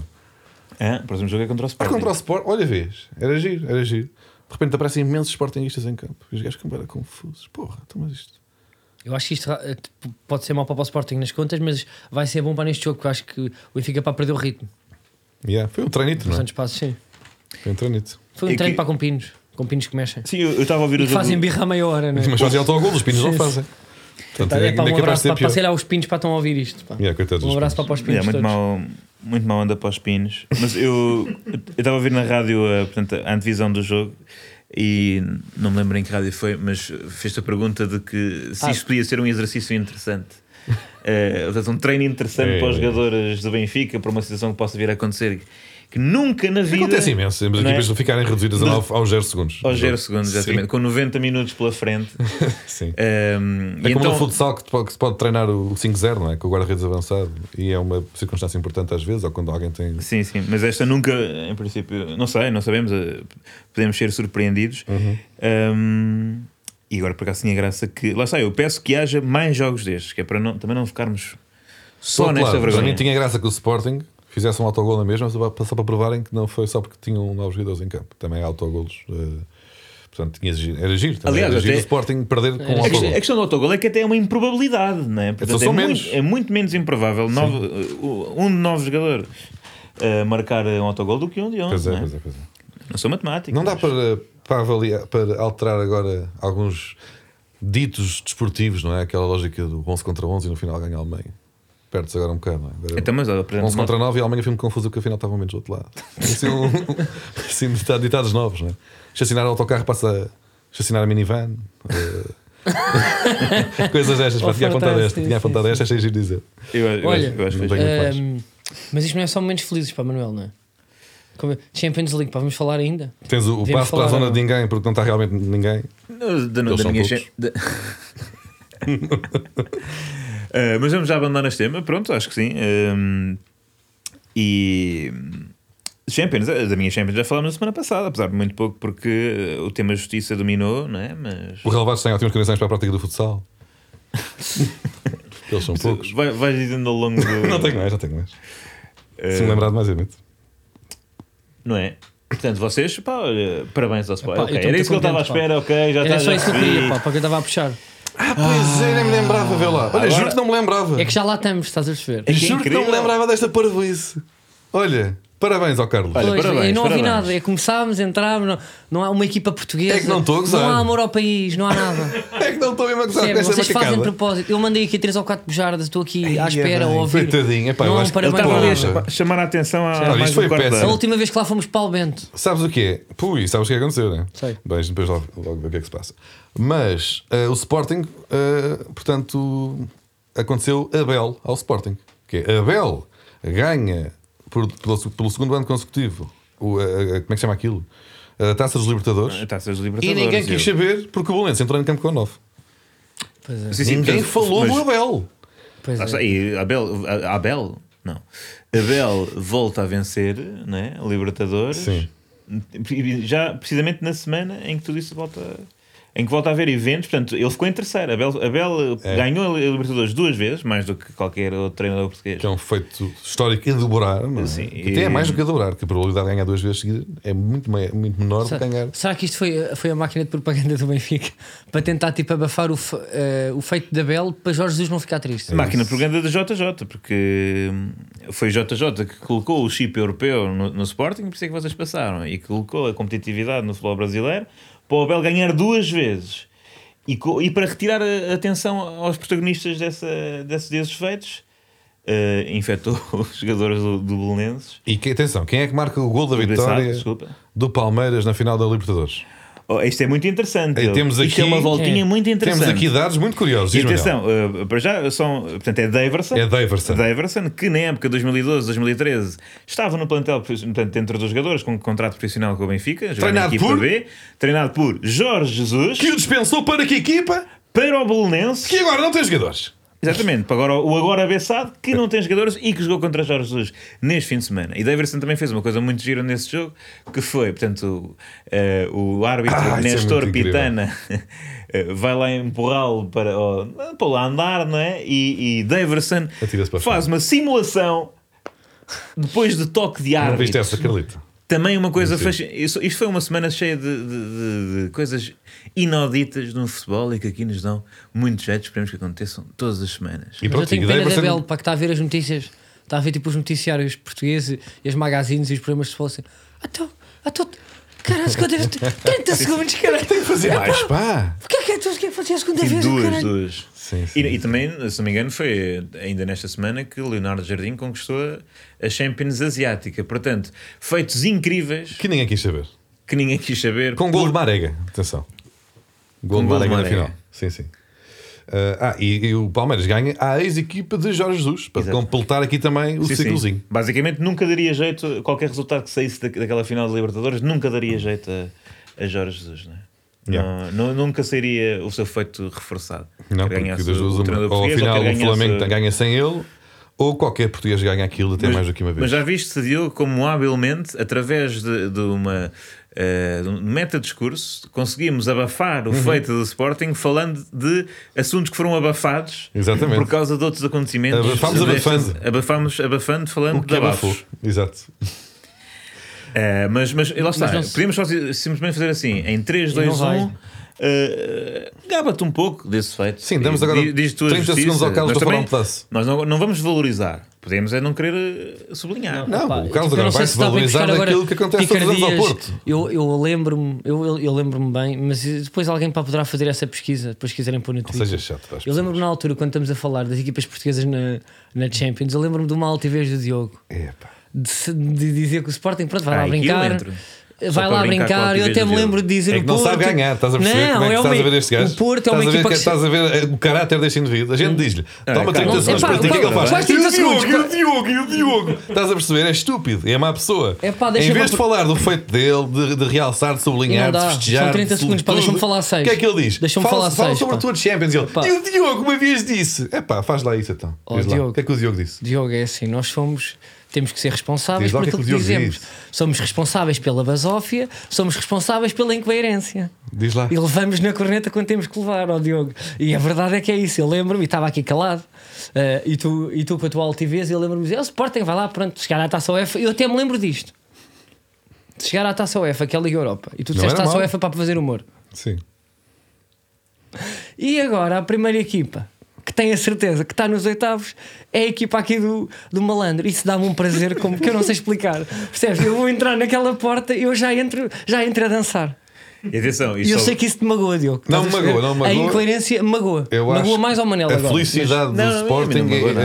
B: Ah, o próximo jogo é contra o
C: Ah,
B: Sporting.
C: contra o Sport, olha, vês. Era giro, era giro. De repente aparecem imensos Sportingistas em campo. E os gajos ficam bué confusos. Porra, então, mas isto.
A: Eu acho que isto eh, tipo, pode ser mau para o Sporting nas contas, mas vai ser bom para neste jogo, porque eu acho que o Benfica para perder o ritmo.
C: Yeah, foi um treinito,
A: Os
C: não é?
A: Santos Passos, sim.
C: Foi um treinito.
A: Foi um
B: É que-
A: treino para com pinos, com pinos que mexem.
B: Sim, eu eu estava a ouvir
A: E
B: o
A: que
B: jogo.
A: fazem birra a meia hora, não é?
C: Mas fazem autogol, os pinos não fazem. Portanto,
A: Tá, é,
C: ainda
A: pá,
C: é
A: um
C: capaz de
A: abraço
C: ser
A: para,
C: pior.
A: para, sei lá, os pinos para estão a ouvir isto. pá.
C: Yeah, coitados
A: um
C: dos
A: abraço para,
C: pinos.
A: para os pinos.
B: É, muito
A: todos.
B: mal, muito mal anda para os pinos. Mas eu eu estava a ouvir na rádio eh, portanto, a antevisão do jogo e não me lembro em que rádio foi, mas fez-te a pergunta de que se
A: Ah.
B: isto podia ser um exercício interessante. Eh, portanto, um treino interessante
C: É,
B: para os
C: é.
B: jogadores do Benfica, para uma situação que possa vir a acontecer que nunca na vida.
C: Acontece imenso, mas
B: não é?
C: equipas não ficarem reduzidas a
B: Dos-
C: nove- aos 0 segundos.
B: Aos 0 segundos,
C: Sim,
B: exatamente, com 90 minutos pela
C: <laughs>
B: frente.
C: Sim.
B: Eh,
C: É
B: e
C: como no
B: então,
C: futsal que, te pode- que se pode treinar o 5-0, não é? Com o guarda-redes avançado. E é uma circunstância importante às vezes, ou quando alguém tem.
B: Sim, sim, mas esta nunca, em princípio, não sei, não sabemos, eh, podemos ser surpreendidos.
C: Uhum.
B: Um, e agora por acaso tinha graça que. Lá está, eu peço que haja mais jogos destes, que é para não, também não ficarmos só
C: Outro
B: nesta
C: lado, Para mim
B: vergonha.
C: tinha graça que o Sporting fizesse um autogol na mesma, só para, só para provarem que não foi só porque tinham novos jogadores em campo. Também há autogolos. eh, portanto, tinha giro. Era giro. Também
B: Aliás,
C: era giro
B: até-
C: o Sporting perder com um
B: A questão,
C: autogol.
B: a questão do autogol é que até é uma improbabilidade, não é? Portanto,
C: Então são
B: é,
C: menos.
B: muito, é muito menos improvável nove- uh, um de nove jogador uh, marcar um autogol do que um de
C: Pois
B: onze.
C: é,
B: não, é?
C: pois é, pois é.
B: não sou matemático.
C: Não dá
B: mas-
C: para, para avaliar, para alterar agora alguns ditos desportivos, não é? Aquela lógica do 11 contra 11 e no final ganha a Alemanha. Perde-se agora um bocado, não é? Agora,
B: Então, mas, olha, por exemplo,
C: 11 contra 9 e a Alemanha foi muito confusa porque afinal estavam menos do <laughs> outro lado. Assim, um, assim ditado- ditados novos, não é? Chacinar o autocarro passa a chacinar a minivan. eh, <laughs> Coisas destas, pá, tinha apontado
A: Ofertar,
C: esta,
A: sim,
C: tinha apontado
A: sim,
C: esta, achei é giro dizer.
B: eu, eu,
A: Olha,
B: acho- eu acho que
C: não
B: foi-
C: tenho- é que
A: Ahm, mas isto não é só momentos felizes para Manuel, não é? Como- Champions League, pá, vamos falar ainda.
C: Tens o, o
A: Devíamos
C: passo para
A: falar
C: a zona
A: agora.
C: de ninguém porque não está realmente ninguém.
B: Não, Da, da
C: são
B: minha
C: poucos.
B: che- da- <laughs>
A: <laughs>
B: Eh, mas vamos já abandonar este tema, pronto, acho que sim. Ehm, e. Champions, eh, da minha Champions já falámos na semana passada, apesar de muito pouco, porque eh, o tema justiça dominou, não é? Mas.
C: O Relvados tem ótimas condições para a prática do <laughs> futsal. Eles são poucos.
B: Vai, vais dizendo ao
C: <laughs>
B: longo do.
C: Não tenho mais, não tenho mais.
B: Eh,
C: Se me lembrar de mais, eu meto.
B: Não é? Portanto, vocês, pá, olha, parabéns ao Sport.
A: Epá,
B: Ok,
A: eu tô
B: Era
A: muito
B: isso que eu estava à
A: contente, pá.
B: espera, ok, já está.
A: Era só
B: já tá.
A: isso que eu
B: percebi.
A: queria, pá, para que eu estava a puxar.
C: Ah, pois é, nem me lembrava, vê lá. Olha,
B: Agora-
C: juro que não me lembrava.
A: É que já lá estamos, estás a perceber?
B: É que é
C: juro que não me
B: incrível.
C: lembrava desta parvoíce. Olha, parabéns ao Carlos.
B: Olha,
A: Pois,
B: parabéns,
A: eu não ouvi
B: parabéns.
A: nada, é começámos, entrámos, não, não há uma equipa portuguesa,
C: É que não estou a gozar.
A: há amor ao país, não há
C: <laughs>
A: nada.
C: É que não estou mesmo a gozar com
A: Sério,
C: esta
A: vocês fazem de
C: macacada.
A: propósito. Eu mandei aqui três ou quatro bujardas, estou aqui à espera a
C: é bem.
A: ouvir.
C: Coitadinho, epá, eu
A: não há
C: acho
A: um
C: que ele
B: Ele
A: parabéns
B: estava ali
A: para
B: a
C: Parabéns.
B: chama- chamar a atenção à.
C: Olha, isto
B: mais um
C: foi
B: quarto de
C: péssimo.
A: A
B: hora.
A: última vez que lá fomos para o Bento.
C: Sabes o que é? Pui, sabes o que é que aconteceu, né?
A: Sei.
C: Bem, depois logo, logo ver o que é que se passa. Mas eh, o Sporting, eh, portanto, aconteceu Abel ao Sporting. Que é Abel ganha por- pelo, pelo segundo ano consecutivo, o, eh, eh, como é que chama aquilo? A Taça dos Libertadores.
B: A Taça dos
C: E
B: Libertadores.
C: ninguém quis
B: eu-
C: saber porque o Bolense entrou em campo com o 9.
A: Pois é,
B: Sim, sim,
C: ninguém
B: portanto,
C: falou
B: mas-
C: do Abel.
A: pois é.
B: Lá está, e Abel, a- Abel Não. Abel volta a vencer, né? Libertadores.
C: Sim.
B: E Já precisamente na semana em que tudo isso volta. Em que volta a haver eventos, portanto, ele ficou em terceiro. Abel, Abel
C: É.
B: ganhou a Libertadores duas vezes, mais do que qualquer outro treinador português.
C: Que é um feito histórico a dobrar, não é?
B: Sim,
C: Até
B: e-
C: é mais do que a dobrar, que a probabilidade de ganhar duas vezes seguidas é muito, mai- muito menor do
A: Será,
C: que ganhar.
A: será que isto foi, foi a máquina de propaganda do Benfica para tentar tipo abafar o, fe- eh, o feito da Bel para Jorge Jesus não ficar triste?
B: É Máquina de propaganda da JJ, porque hum, foi JJ que colocou o chip europeu no, no Sporting, por isso é que vocês passaram, e colocou a competitividade no futebol brasileiro para o Abel ganhar duas vezes. E, co- e para retirar a atenção aos protagonistas dessa, desses, desses feitos, eh, infectou <laughs> os jogadores do, do Belenenses.
C: E que, atenção, quem é que marca o gol da vitória
B: Desculpa.
C: do Palmeiras na final da Libertadores?
B: Oh, isto é muito interessante.
C: Eh, temos
B: Isto é
C: aqui-
B: uma voltinha
A: É.
B: muito interessante.
C: Temos aqui dados muito curiosos.
B: E
C: diz, Manuel.
B: atenção, eh, para já são. Portanto, é Daverson.
C: É Daverson.
B: Daverson, que na época de 2012, 2013, estava no plantel, portanto, entre os jogadores, com um contrato profissional com o Benfica, jogava na
C: Treinado
B: equipa
C: por?
B: B, treinado por Jorge Jesus,
C: Que o dispensou para que equipa?
B: para o Bolonense,
C: Que agora não tem jogadores.
B: exatamente, para agora, o agora abeçado, que não tem jogadores e que jogou contra Jorge Jesus neste fim de semana. E Daverson também fez uma coisa muito gira nesse jogo, que foi, portanto, eh, o árbitro
C: Ah, isso é
B: Nestor
C: muito incrível.
B: Pitana. <laughs> Ana, eh, vai lá empurrá-lo para, ó, para lá andar, não é? E, e Daverson
C: Atira-se para a
B: faz uma simulação depois de toque de
C: Não viste
B: árbitro.
C: essa, Carlito?
B: Também uma coisa.
C: Sim.
B: Fasc... Isto isto foi uma semana cheia de, de- de- de coisas inauditas no futebol e que aqui nos dão muito jeito. Esperemos que aconteçam todas as semanas.
A: Mas
C: E
A: eu
C: pronto,
A: tenho
C: e
A: pena da
C: Daverson-
A: Bel para que está a ver as notícias, está a ver tipo os noticiários portugueses e as magazines e os programas de futebol assim. "Ah, Então, ah, então, caralho, que eu <laughs> devo 30 segundos, caralho.
C: Tem que fazer é mais, pá.
A: Porquê é que é tu que fazer a segunda
B: Tive
A: vez?
B: duas,
A: caralho?"
B: duas.
C: Sim, sim.
B: E, e também, se não me engano, foi ainda nesta semana que o Leonardo Jardim conquistou a Champions Asiática. Portanto, feitos incríveis
C: Que ninguém quis saber.
B: que ninguém quis saber.
C: Com gol de Marega, atenção. Gol
B: Com
C: de
B: gol de
C: Marega na
B: Marega.
C: final. Sim, sim. Ah, ah, e, e o Palmeiras ganha à ex-equipa de Jorge Jesus para
B: Exato.
C: completar aqui também o
B: Sim, sim.
C: ciclozinho.
B: Basicamente, nunca daria jeito, qualquer resultado que saísse da- daquela final de Libertadores, nunca daria jeito a, a Jorge Jesus, não é?
C: Yeah.
B: Não- nu- nunca sairia o seu feito reforçado.
C: Não,
B: Quer
C: porque
B: ganhasse
C: das duas,
B: o
C: uma.
B: treinador
C: ou
B: português,
C: afinal
B: quer
C: o
B: ganhasse-
C: Flamengo ganha sem ele, ou qualquer português ganha aquilo até mais do que uma vez.
B: Mas já viste, Diogo, como habilmente, através de, de uma eh, de um meta-discurso, conseguimos abafar o
C: Uhum.
B: feito do Sporting falando de assuntos que foram abafados
C: Exatamente.
B: por causa de outros acontecimentos.
C: Abafámos
B: Deste-
C: abafando.
B: Abafámos abafando, falando
C: o que é
B: de abafos.
C: abafou. Exato.
B: É, mas, mas lá está,
A: não se-
B: podemos só si- simplesmente fazer assim: em 3,
A: não
B: 2,
A: vai.
B: 1. eh, Gaba-te um pouco desse feito.
C: Sim, damos
B: E
C: agora
B: di- diz tua
C: 30 segundos ao Carlos
B: Nós
C: para falar
B: também-
C: um pedaço.
B: Nós não, não vamos valorizar. Podemos é não querer eh, sublinhar.
C: Não,
A: Pá,
C: Ah,
A: então eu
C: o
A: não
C: Carlos agora
A: sei
C: vai-se
A: está bem
C: valorizar
A: buscar agora
C: daquilo que acontece todos os anos ao
A: picardias.
C: Porto.
A: Eu, eu lembro-me, eu, eu lembro-me bem, mas depois alguém para poderá fazer essa pesquisa, depois quiserem pôr no
C: Não
A: Twitter.
C: seja chato. pá, as
A: Eu lembro-me na altura, quando estamos a falar das equipas portuguesas na, na Champions, eu lembro-me de uma altivez do Diogo
C: pessoas. Epá.
A: de, se- de dizer que o Sporting, pronto, vai
B: Ah,
A: lá
B: aqui eu
A: brincar.
B: entro. Só
A: Vai
B: para
A: lá
B: brincar com a
A: brincar, eu
B: altivez
A: até
B: do
A: me
B: Diogo.
A: lembro de dizer
C: É que
A: o
C: não
A: Porto.
C: sabe ganhar, estás a perceber
A: Não,
C: como é que
A: é
C: estás
A: uma-
C: a ver este gajo?
A: O Porto é
C: estás
A: uma
C: a ver
A: equipa que. Hum.
C: Estás a ver eh, o caráter deste indivíduo. A gente diz-lhe, toma
B: cara,
C: 30
B: não-
C: segundos
B: epá,
C: para ti, o que é que ele
B: vai,
C: faz?
A: vai, 30
C: E o Diogo,
A: segundos,
C: e o Diogo, e o Diogo. Estás a perceber? É estúpido, é má pessoa.
A: Epá,
C: em
A: deixa-me
C: vez de
A: apro-
C: falar do feito dele, de, de realçar, de
A: E não
C: sublinhar, de
A: dá.
C: festejar.
A: São 30
C: de
A: segundos, pá,
C: tudo,
A: deixa-me falar seis.
C: O que é que ele diz?
A: Deixa-me
C: Fala-
A: falar
C: Fala
A: seis,
C: sobre a
A: pá.
C: tua Champions. E ele,
A: Epá.
C: e o Diogo uma vez disse. Epá, faz lá isso então.
A: Ó,
C: Diz lá.
A: Diogo.
C: O que é que o Diogo disse?
A: Diogo, é assim, nós somos. Temos que ser responsáveis
C: Diz lá
A: por
C: o que é
A: aquilo
C: que
A: que,
C: o Diogo
A: dizemos.
C: diz.
A: Somos responsáveis pela basófia, somos responsáveis pela incoerência.
C: Diz lá.
A: E levamos na corneta quando temos que levar, ó Diogo. E a verdade é que é isso. Eu lembro-me, e estava aqui calado, eh, e, tu, e tu com a tua altivez, eu lembro-me de dizer: "Ah, Sporting, vai lá, pronto, chegar à taça UEFA. Eu até me lembro disto. De chegar à taça UEFA, que é a Liga Europa. E tu
C: Não
A: disseste
C: era
A: taça
C: mau.
A: UEFA para fazer humor.
C: Sim.
A: E agora a primeira equipa que tem a certeza que está nos oitavos é a equipa aqui do, do malandro. Isso dá-me um prazer como que eu não sei explicar. Percebes? Eu vou entrar naquela porta e eu já entro, já entro a dançar.
B: E atenção,
A: E
B: isto
A: eu
B: só-
A: sei que isso te magoa, Diogo.
C: Não
A: Estás a
C: magoa,
A: perceber?
C: não magoa.
A: A incoerência magoa.
C: Eu
A: magoa
C: acho
A: mais ao Manel
C: a
A: agora.
B: Mas-
C: felicidade do
B: Não, a mim
C: Sporting
B: não me magoa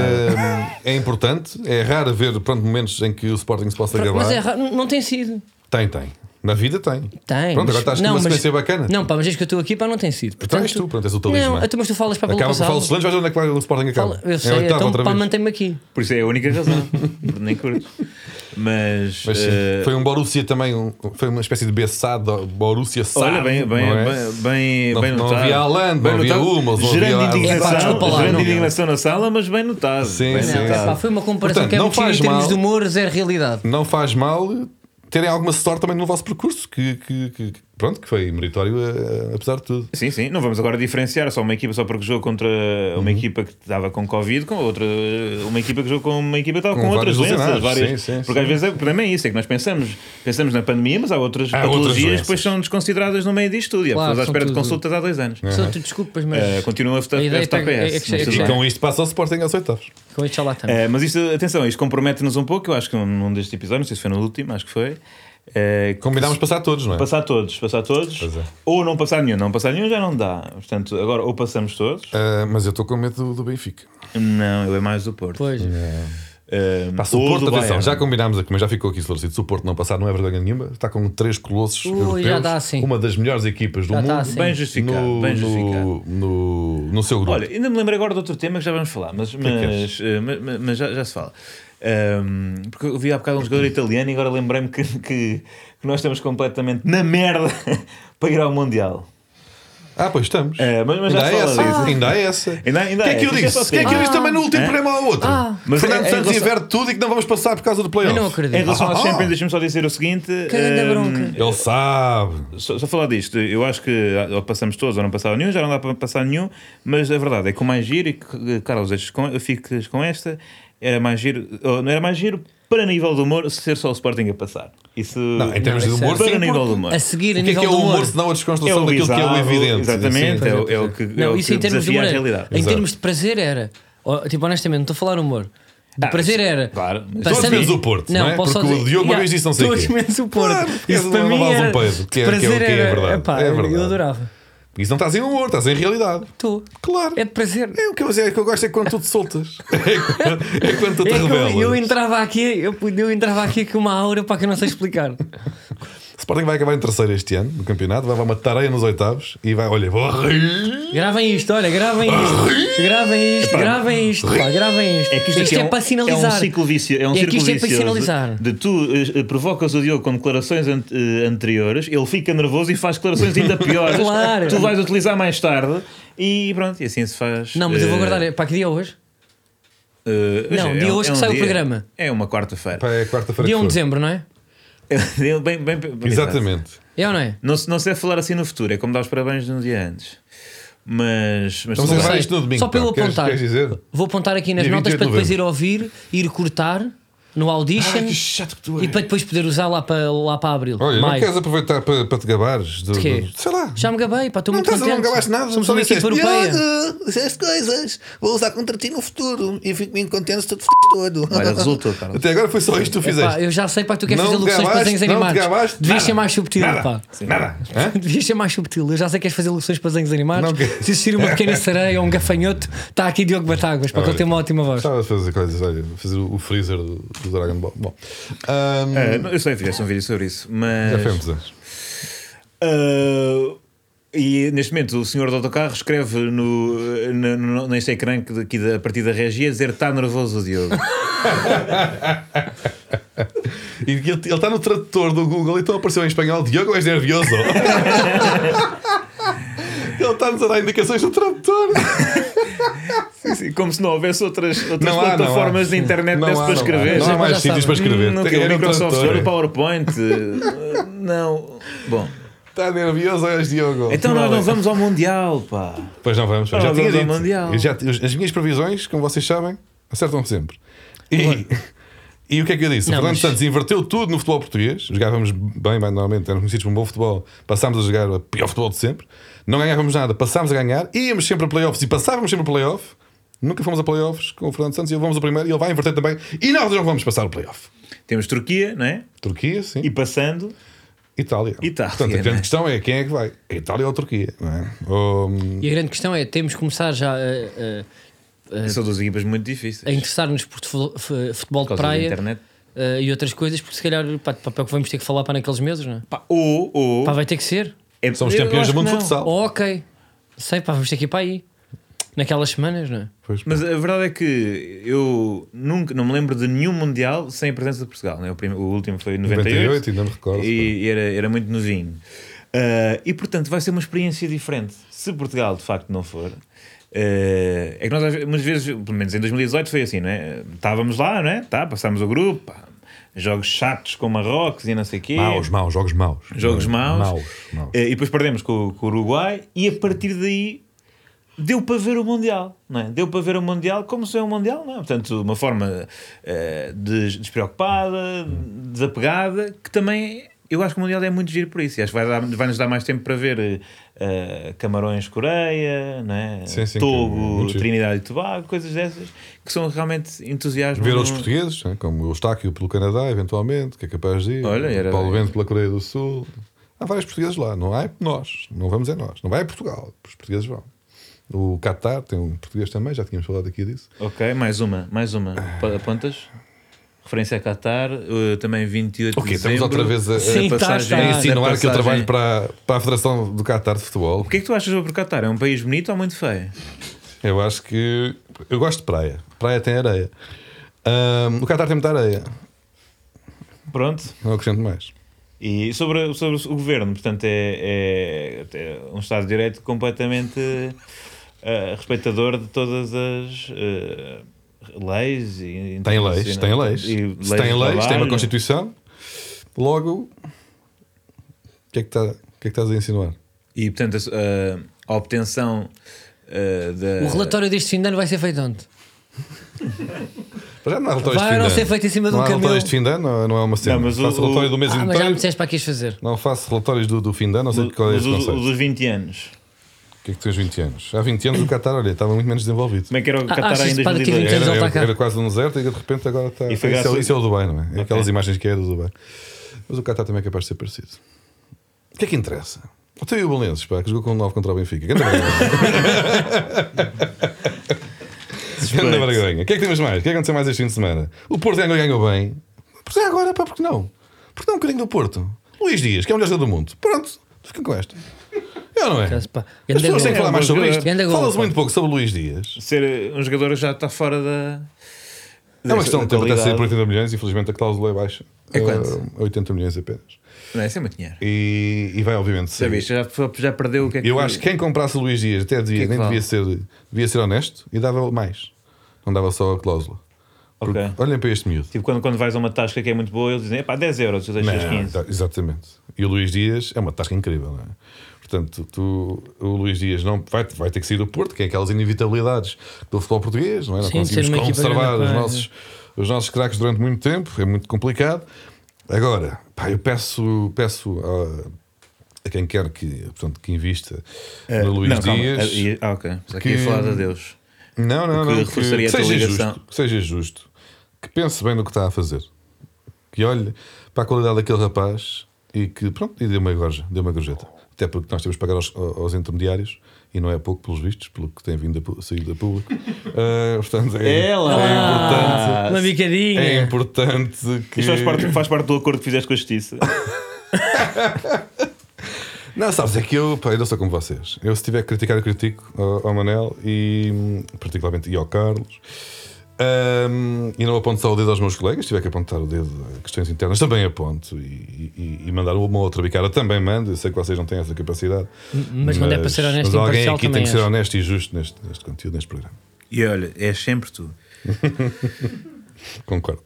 C: é, é importante. É raro ver pronto, momentos em que o Sporting se possa
A: Mas,
C: acabar.
A: mas é raro, não tem sido.
C: Tem, tem. Na vida tem.
A: Tem.
C: Pronto,
A: mas-
C: agora estás com uma
A: mas-
C: sequência bacana.
A: Não, pá, mas desde que eu estou aqui, pá, não tem sido.
C: Então és tu, pronto, és o talismã.
A: Não, então, mas tu falas para pelo
C: acaba por
A: passado.
C: falar excelente, vais ver onde é que vai o Sporting acaba.
A: Fala- eu sei,
C: É oitavo
A: então
C: outra
A: pá,
C: vez.
A: mantém-me aqui.
B: por isso é a única razão. Nem curto. Mas,
C: Mas sim,
B: eh,
C: foi um Borussia também, um- foi uma espécie de beçado Borussia
B: Olha,
C: Sado.
B: bem, bem,
C: não é?
B: bem, bem,
C: Não-
B: bem
C: não
B: notado.
C: havia Haaland,
B: Bem
C: não havia
B: notado.
C: Hummels, não
B: Gerando
C: havia-
A: É pá,
B: indignação,
A: desculpa lá,
B: gerando
A: não.
B: indignação na sala, mas bem notado.
C: Sim,
B: bem
C: sim,
A: Não,
B: notado.
A: pá, foi uma comparação
C: Portanto,
A: que é
C: não
A: muito gira
C: faz
A: em termos
C: mal.
A: de humor, zero realidade.
C: Não faz mal terem alguma sorte também no vosso percurso, que, que- que- que- pronto, que foi meritório eh, apesar de tudo.
B: Sim, sim. Não vamos agora diferenciar só uma equipa só porque jogou contra uma
C: Uhum.
B: equipa que estava com Covid, com outra, uma equipa que jogou com uma equipa que estava
C: Com
B: com, outras
C: vários
B: doenças.
C: lesionados.
B: Várias,
C: Sim, sim,
B: porque às vezes é, o problema é isso, é que nós pensamos, pensamos na pandemia, mas há outras
C: Há outras
B: patologias que
C: doenças.
B: depois são desconsideradas no meio disto tudo. E há
A: Claro,
B: pessoas à
A: são
B: espera de
A: tudo-
B: consultas há dois
C: É.
B: anos.
A: Só tu desculpas, mas
B: Eh, continua a votar
A: A ideia
B: votar
A: é que- é que-
B: PS. mas
A: é que-
B: tudo
C: E
A: é
B: bem.
C: com isto passa ao Sporting aos oitavos.
A: com este charlatão.
B: Eh, mas isto, atenção, isto compromete-nos um pouco. Eu acho que num, num destes episódios, não sei se foi no último, acho que foi. eh, que
C: Combinámos passar todos, não é?
B: Passar todos, passar todos.
C: Pois é.
B: Ou não passar nenhum. Não passar nenhum já não dá. Portanto, agora ou passamos todos.
C: Ah, mas eu estou com medo do, do Benfica.
B: Não, eu é mais do Porto.
A: Pois.
B: Eh,
C: Pá, se o
B: ou
C: Porto,
B: do
C: atenção,
B: Bayern.
C: já combinámos aqui, mas já ficou aqui esclarecido. Se o Porto não passar, não é vergonha nenhuma. Está com três colossos
A: Ui,
C: europeus,
A: já dá assim.
C: uma das melhores equipas do
A: Já
C: mundo.
A: dá assim.
B: Bem justificado,
C: no,
B: bem justificado.
C: no, no, no seu grupo.
B: Olha, ainda me lembro agora de outro tema que já vamos falar, mas,
C: é que
B: mas, eh, mas, mas- mas já, já se fala. Ahm, porque eu vi há bocado um jogador italiano e agora lembrei-me que, que, que nós estamos completamente na merda <laughs> para ir ao Mundial.
C: Ah, pois estamos.
B: É, mas- mas já
C: ainda, é
B: se
C: essa,
B: fala disso.
C: ainda é essa.
B: Ainda- ainda
C: o que é que
B: é,
C: eu
B: isso é
C: disse?
B: só
C: O que é que eu
B: tema.
C: disse também no último
B: É?
C: programa ao outro?
A: Ah.
B: Mas é- é
C: Fernando
B: em
C: Santos
B: relação-
C: inverte tudo e que não vamos passar por causa do
A: Eu
C: playoff.
A: não
B: Em
A: acredito.
B: relação
C: Ah,
B: às
C: ah.
B: Champions, deixa-me só dizer o seguinte:
A: Caramba,
B: ahm,
A: bronca.
C: Ele sabe.
B: Só, só falar disto, eu acho que ou passamos todos ou não passava nenhum, já não dá para passar nenhum, mas a verdade é que o mais giro, e que, eh, Carlos, deixas com, eu fico com esta, era mais giro, ou não era mais giro para nível do humor se ser só o Sporting a passar. Isso
C: Não, em termos
A: Não,
C: de
A: isso é-
C: humor,
B: para
C: sim,
B: nível do
C: porque-
B: humor.
A: A seguir, a
C: O que é
A: nível
C: que é o
A: do humor.
C: humor se não a
B: É
C: desconstrução
B: o
C: daquilo que é o
B: bizarro,
C: evidente?
B: Exatamente,
C: Sim.
B: é, o- é o que, é
A: Não,
B: o
A: isso
B: que
A: em termos de
B: desafia
A: humor.
B: a
A: era-
B: realidade.
A: Em
C: Exato.
A: termos de prazer era. ó, Tipo, honestamente, não estou a falar humor. De
B: Ah,
A: prazer
B: isso-
A: era.
B: claro, mas-
C: Todos menos o Porto, não é?
A: posso só
C: Porque o
A: dizer-
C: Diogo uma
A: Ya,
C: vez disse não sei o
A: Todos
C: quê.
A: menos o Porto.
C: Claro, porque
A: Isso
C: não
A: para mim
C: vales um
A: era.
C: peido, que é- que é-
A: prazer
C: que é
A: era-
C: verdade,
A: epá,
C: é
A: Eu
C: verdade.
A: adorava.
C: Isso não estás em humor, estás em realidade.
A: Estou.
C: Claro.
A: É de prazer.
C: É o que <laughs> eu, é o que eu gosto é quando tu te soltas. <laughs> É quando, é quando tu
A: É
C: te
A: que
C: revelas.
A: eu, eu entrava aqui, eu, eu entrava aqui com uma aura para que eu não sei explicar.
C: O Sporting vai acabar em terceiro este ano no campeonato, vai levar uma tareia nos oitavos e vai, olha, vou rir.
A: Gravem isto, olha, gravem
C: Ah,
A: isto, gravem isto, gravem isto, pá, gravem isto.
B: É que isto, aqui
A: é, para sinalizar.
B: É um ciclo vicio, é um
A: É que
B: círculo
A: isto é para
B: vicioso
A: sinalizar.
B: De tu eh, eh, provocas o Diogo com declarações an- eh, anteriores, ele fica nervoso e faz declarações ainda piores.
A: Claro.
B: Tu vais utilizar mais tarde e pronto, e assim se faz.
A: Não, mas eu vou
B: eh,
A: guardar. é, Para que dia é hoje?
B: eh, hoje
A: Não, dia hoje que sai o programa.
B: É uma quarta-feira.
C: Pá, é quarta-feira. que
A: Dia 1 de
C: for.
A: dezembro, não é?
B: Ele <laughs> bem- bem- bem-
C: Exatamente.
A: É ou não é?
B: Não se, não se deve falar assim no futuro, é como dar os parabéns no dia antes. Mas. mas
C: Vamos
B: tudo
C: gravar
B: bem.
C: isto no domingo.
A: Só para eu
C: pá. Queres-
A: apontar.
C: Queres dizer?
A: Vou apontar aqui nas
C: Dia
A: notas
C: 28
A: para
C: de
A: depois ir
C: novembro.
A: ouvir, ir cortar no audition
C: Ai, que chato que tu
A: e
C: és.
A: para depois poder usar lá para, lá para abril.
C: Olha, não
A: maio.
C: queres aproveitar para, para te gabares? Do,
A: De quê?
C: do- sei lá.
A: Já me gabei, pá, estou
C: não
A: muito
C: estás a
A: contente.
C: não gabaste nada.
A: Somos
C: só
A: uma
C: disseste,
A: equipa europeia.
D: "Ah, essas coisas. Vou usar contra ti no futuro. E fico muito contente se tu te f***s todo.
B: Olha, resultou, Carlos.
C: Até agora foi só isto que tu
A: Pá,
C: fizeste.
A: eu já sei, pá, tu queres
C: Não
A: fazer
C: te
A: locuções para
C: gabaste,
A: desenhos
C: não te
A: animados.
C: gabaste,
A: Devias
C: nada.
A: ser mais subtil, pá.
C: Nada. Hã?
A: <laughs> Devias ser mais subtil. Eu já sei que queres fazer locuções para desenhos animados.
C: Não quero.
A: Se existir uma
C: <laughs>
A: pequena sereia ou um gafanhoto, está aqui Diogo Batáguas, para que ele
C: Olha.
A: tem uma ótima voz.
C: Estava a fazer coisas, olha, fazer o o freezer do, do Dragon Ball. Bom,
A: É,
C: hum, ahm,
B: Eh, não, eu sei que fizeste um vídeo sobre isso, mas.
C: já um fomos antes.
B: Uh, e neste momento o senhor do autocarro escreve no, no, no- neste ecrã que daqui da partida regia a dizer está nervoso o Diogo.
C: E ele ele está no tradutor do Google, então apareceu em espanhol: Diogo és <laughs> nervioso. ele está-nos a dar indicações do tradutor.
B: <laughs> Sim, sim, Como se não houvesse outras, outras
C: Não há, não
B: plataformas
C: há.
B: de internet
C: Não
B: desse
C: há,
B: para
C: não há.
B: escrever.
C: Não há
A: Mas
C: mais
A: já
C: sítios
A: sabem.
C: para escrever.
B: Hum, o
C: Tem
B: quê?
C: que
B: o
C: haver um
B: Microsoft
C: tradutor.
B: Word, o <laughs> PowerPoint. uh, não. Bom.
C: Está "Tá nervioso, és Diogo.
B: Então nós não vamos ao Mundial, pá.
C: Pois não vamos.
B: Ah, Não,
C: já tinha
B: vamos ao
C: dito.
B: Mundial.
C: Eu já- eu- as minhas previsões, como vocês sabem, acertam sempre. E, <laughs> e o que é que eu disse?
A: Não,
C: o Fernando
A: mas-
C: Santos inverteu tudo no futebol português. Jogávamos bem, bem normalmente, éramos conhecidos por um bom futebol. Passámos a jogar o pior futebol de sempre. Não ganhávamos nada, passámos a ganhar. Íamos sempre a playoffs e passávamos sempre a playoff. Nunca fomos a playoffs com o Fernando Santos e eu vamos a primeiro e ele vai inverter também. E nós não vamos passar o playoff.
B: Temos Turquia, não é?
C: Turquia, sim.
B: E passando.
C: Itália.
B: Itália,
C: Portanto, a
B: né?
C: grande questão é quem é que vai? A Itália ou a Turquia? Não é? Ou, hum,
A: E a grande questão é: temos que começar já a-
B: São duas equipas muito difíceis.
A: a, a interessar-nos por fu- fu- futebol
B: Por
A: de
B: causa da
A: praia
B: internet.
A: eh, e outras coisas, porque se calhar pá, de papel que vamos ter que falar para naqueles meses, não é?
B: Pá, ou. ou
C: Oh.
A: Pá, vai ter que ser.
B: é-
C: somos
B: eu
C: campeões
B: acho
C: do mundo
B: que
C: de
B: não.
C: futsal.
A: Oh, ok, sei, pá, vamos ter que ir para aí. naquelas semanas, não é?
C: Pois,
B: Mas a verdade é que eu nunca, não me lembro de nenhum Mundial sem a presença de Portugal. Né? O, prim- o último foi em 98,
C: 98, ainda me recordo.
B: E era, era muito novinho. Ah, e portanto vai ser uma experiência diferente. Se Portugal de facto não for. ah, é que nós às ve- umas vezes, pelo menos em 2018 foi assim, não é? Estávamos lá, não é? Tá, passámos o grupo, pá, jogos chatos com Marrocos e não sei o quê.
C: maus, maus, jogos maus.
B: Jogos maus.
C: Maus, maus.
B: Eh, E depois perdemos com, o- com o Uruguai e a partir daí deu para ver o Mundial, não é? Deu para ver o Mundial como se é um Mundial, não é? Portanto, uma forma eh, des- despreocupada, desapegada, que também... Eu acho que o Mundial é muito giro por isso. e Acho que vai, dar- vai-nos dar mais tempo para ver eh, Camarões, Coreia, não é?
C: Sim, sim, que é
B: Togo,
C: muito giro.
B: Trinidade e Tobago, coisas dessas, que são realmente entusiasmo.
C: Ver
B: no-
C: outros portugueses, né, como o Eustáquio pelo Canadá, eventualmente, que é capaz de ir.
B: Olha, era-
C: o Paulo Bento pela Coreia do Sul. Há vários portugueses lá. Não há é nós. Não vamos é nós. Não vai é Portugal. Os portugueses vão. O Qatar tem um português também, já tínhamos falado aqui disso.
B: Ok, mais uma, mais uma. Pa- Apontas? Referência a Qatar, eh, também 28 de
C: Ok,
B: dezembro.
C: estamos outra vez a- a-
A: Sim, tá, está.
B: passagem-
C: É insinuar
B: passagem-
C: que eu trabalho para, para a Federação do Qatar de Futebol.
B: O que é que tu achas sobre o Qatar? É um país bonito ou muito feio?
C: Eu acho que. Eu gosto de praia. Praia tem areia. Ahm, o Qatar tem muita areia.
B: Pronto.
C: Não acrescento mais.
B: E sobre, sobre o governo, portanto, é, é- é um Estado de Direito completamente eh, respeitador de todas as eh, leis. E
C: Tem leis, tem leis.
B: E
C: Se tem
B: de
C: leis, tem uma
B: trabalho.
C: Constituição. Logo, o que é que, tá, o que, é que estás a insinuar?
B: E, portanto, a su- a, a obtenção eh, da.
A: O relatório deste fim de ano vai ser feito onde?
C: Para Já não há relatórios
A: Vai
C: de fim
A: não
C: de
A: ser
C: ano.
A: feito em cima de
C: Não
A: um
C: há
A: caminhão.
C: relatórios de fim de ano, não- não é uma cena.
B: Não, mas o-
C: faço relatório
B: o-
C: do mês
A: Ah, mas já me
C: inteiro,
A: disseste para que ias fazer.
C: não faço relatórios do, do fim de ano, não sei
B: O-
C: qual é
B: mas
C: esse
B: o-
C: conceito.
B: o dos 20 anos.
C: O que é que tens 20 anos? Há 20 anos o Qatar, olha, estava muito menos desenvolvido.
B: Como é que era o
A: Ah,
B: Qatar
A: achas
B: em
A: que para daqui a
B: 2002?
A: vinte anos ele
C: Era,
A: está tá cá.
C: era, era quase um deserto e de repente agora está.
B: E foi
C: Isso,
B: graças-
C: é, isso é o Dubai, não é? É Aquelas
B: Ok.
C: imagens que é do Dubai. Mas o Qatar também é capaz de ser parecido. O que é que interessa? Até o Belenenses, pá, que é jogou com o 9 contra o Benfica. Grande vergonha. Grande vergonha. O que é que temos mais? O que é que aconteceu mais este fim de semana? O Porto ganhou, ganhou bem. Pois é agora, pá, porque não? Porque não um bocadinho do Porto? Luís Dias, que é o melhor jogador do mundo. Pronto, fica com esta. É ou não é? As
A: pá, ganda
C: pessoas têm
A: gol.
C: que falar mais sobre isto.
A: Ganda gol,
C: Fala-se
A: pá.
C: muito pouco sobre o Luís Dias.
B: Ser um jogador já está fora da.
C: É uma questão de tempo até
B: qualidade.
C: sair por 80 milhões, infelizmente a cláusula é baixa.
B: então É quanto?
C: Ah, 80 milhões apenas.
B: Não, isso é muito dinheiro.
C: E, e vai, obviamente,
B: Já
C: sair.
B: viste, já, já perdeu o que é que
C: Eu acho que quem comprasse o Luís Dias até devia,
B: Que é que
C: nem devia
B: vale?
C: ser, devia ser honesto e dava mais. Não dava só a cláusula. Porque,
B: Ok.
C: Olhem para este miúdo.
B: Tipo, quando, quando vais a uma tasca que é muito boa, eles dizem: pá, 10 euros, eu deixo os 15.
C: Não, tá. exatamente. E o Luís Dias é uma tasca incrível, não é? Portanto, tu, o Luís Dias não, vai, vai ter que sair do Porto, que é aquelas inevitabilidades do futebol português, não é? Não
A: Sim, ser
C: conseguimos
A: uma equipa
C: conservar
A: grande,
C: os
A: pá,
C: nossos, os nossos craques durante muito tempo, é muito complicado. Agora, pá, eu peço, peço a, a quem quer que, portanto, que invista no Luís
B: não, calma.
C: Dias.
B: Ah, e- Ah, ok. Mas aqui
C: que-
B: ia falar de Deus.
C: Não, não,
B: que
C: não.
B: reforçaria a tua
C: seja
B: ligação.
C: justo, que seja justo. Que pense bem no que está a fazer. Que olhe para a qualidade daquele rapaz e que, pronto, e dê uma gorja, dê uma gorjeta. Até porque nós temos que pagar aos, aos intermediários e não é pouco, pelos vistos, pelo que tem vindo a pu- sair da público. <laughs> Ah, portanto, é,
B: Ela!
A: Ah, Uma bicadinha.
C: é importante que.
B: Isto faz parte, faz parte do acordo que fizeste com a justiça.
C: Não, sabes, é que eu, pá, eu não sou como vocês. Eu, se tiver que criticar, eu critico ao, ao Manel e, hum, particularmente, e ao Carlos. Hum, e não aponto só o dedo aos meus colegas, se tiver que apontar o dedo a questões internas, também aponto. E, e, e mandar uma ou outra bicara também mando. Eu sei que vocês não têm essa capacidade.
A: mas quando é para ser honesto
C: mas
A: e
C: alguém
A: imparcial
C: aqui tem
A: também
C: que ser
A: és.
C: honesto e justo neste, neste conteúdo, neste programa.
B: E olha,
A: é
B: és sempre tu.
C: Concordo.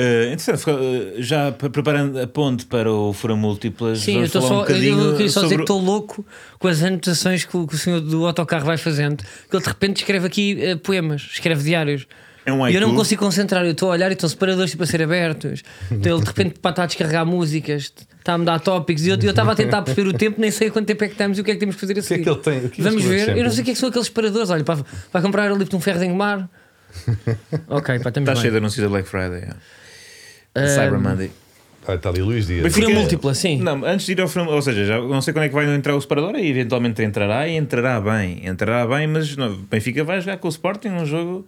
B: Ah, interessante, fica- ah, já pre- preparando a ponte para o Fura Múltiplas,
A: Sim, eu,
B: vamos
A: estou
B: falar
A: só,
B: um
A: eu
B: bocadinho
A: queria só dizer que
B: sobre...
A: estou louco com as anotações que o, que o senhor do autocarro vai fazendo. Que ele de repente escreve aqui eh, poemas, escreve diários.
B: É um
A: e eu não
B: haiku.
A: me consigo concentrar, eu estou a olhar e estão separadores tipo, a ser abertos. Então ele de repente pá, está a descarregar músicas, está a me dar tópicos. E eu eu estava a tentar perceber o tempo, nem sei há quanto tempo é que estamos e o que é que temos que fazer a
C: que é
A: seguir.
C: que ele tem? O que é que
A: Vamos
C: ele
A: ver,
C: sempre?
A: eu não sei o que é que são aqueles separadores. Olha, pá, vai comprar ali um ferro de engomar. ok, pá, estamos
B: Está Tá cheio
A: bem.
B: de anúncios da Black Friday. é.
A: Ah,
B: Cyber Monday.
C: Ah, está ali Luís Dias.
A: Fura
B: Fica-
A: múltipla, um sim.
B: Não, antes de ir ao filme, ou seja, já não sei quando é que vai entrar o separador e eventualmente entrará e entrará bem. Entrará bem, mas não, Benfica vai jogar com o Sporting um jogo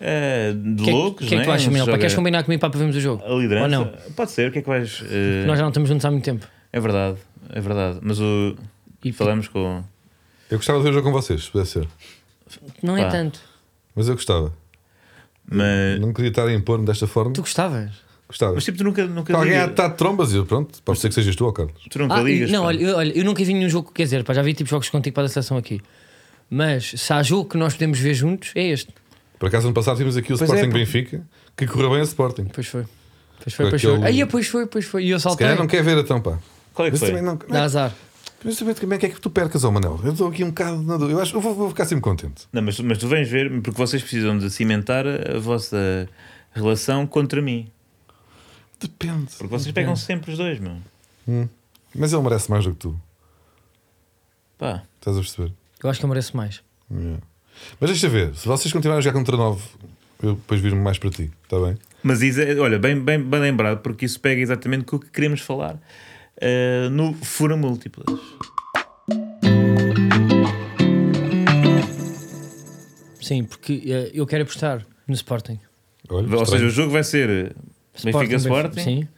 B: eh, de
A: O que é que-
B: loucos.
A: o que é que tu
B: né?
A: achas,
B: Onde se
A: Mel? Pá,
B: joga
A: Queres combinar comigo pá, para vermos o jogo?
B: A liderança.
A: Ou não?
B: Pode ser, o que é que vais. eh,
A: Nós já não estamos juntos há muito tempo.
B: É verdade, é verdade. Mas o.
A: E-
B: falamos com.
C: Eu gostava de ver o jogo com vocês, se pudesse ser.
A: Não é
B: Pá.
A: tanto.
C: Mas eu gostava.
B: Mas,
C: Não queria estar a impor-me desta forma.
A: Tu gostavas?
C: Gostava.
B: mas tipo, tu nunca, nunca
C: Alguém
B: ligas.
C: há de estar de trombas e eu, pronto, pode ser que sejas tu ou Carlos.
B: Tu nunca
A: Ah,
B: ligas.
A: Não,
B: pá.
A: olha eu, olha, eu nunca vi nenhum jogo, quer dizer, pá, já vi tipo jogos contigo para a seleção aqui. Mas se há jogo que nós podemos ver juntos, é este.
C: Por acaso, ano passado tivemos aqui o
B: Pois é,
C: Sporting
B: pá.
C: Benfica, que correu bem a Sporting.
A: Pois foi. Pois foi,
C: Com
A: pois
C: aquele-
A: foi. Aí, pois foi, pois foi. E eu
C: Se
A: saltei.
C: calhar não quer ver então, pá.
B: Qual é que
C: Mas
B: foi?
C: também não.
A: Dá azar.
C: Mas também como é que é que tu percas, ó Manel? Eu estou aqui um bocado na dúvida. Eu acho eu vou, vou ficar sempre contente.
B: Não, mas, tu- mas tu vens ver, porque vocês precisam de cimentar a a vossa relação contra mim.
C: Depende.
B: Porque vocês
A: Uhum.
B: pegam sempre os dois, meu.
C: Mas ele merece mais do que tu.
B: Pá,
C: Estás a perceber?
A: Eu acho que eu mereço mais.
C: Yeah. Mas deixa ver, se vocês continuarem a jogar contra 9, eu depois viro-me mais para ti, está bem?
B: Mas isso, é- olha, bem, bem, bem lembrado, porque isso pega exatamente com o que queremos falar eh, no Fura Múltiplas.
A: Sim, porque eh, eu quero apostar no Sporting.
B: Ou
C: Olha,
B: seja,
C: estranho.
B: o jogo vai ser eh, Benfica Sporting.
A: Sim.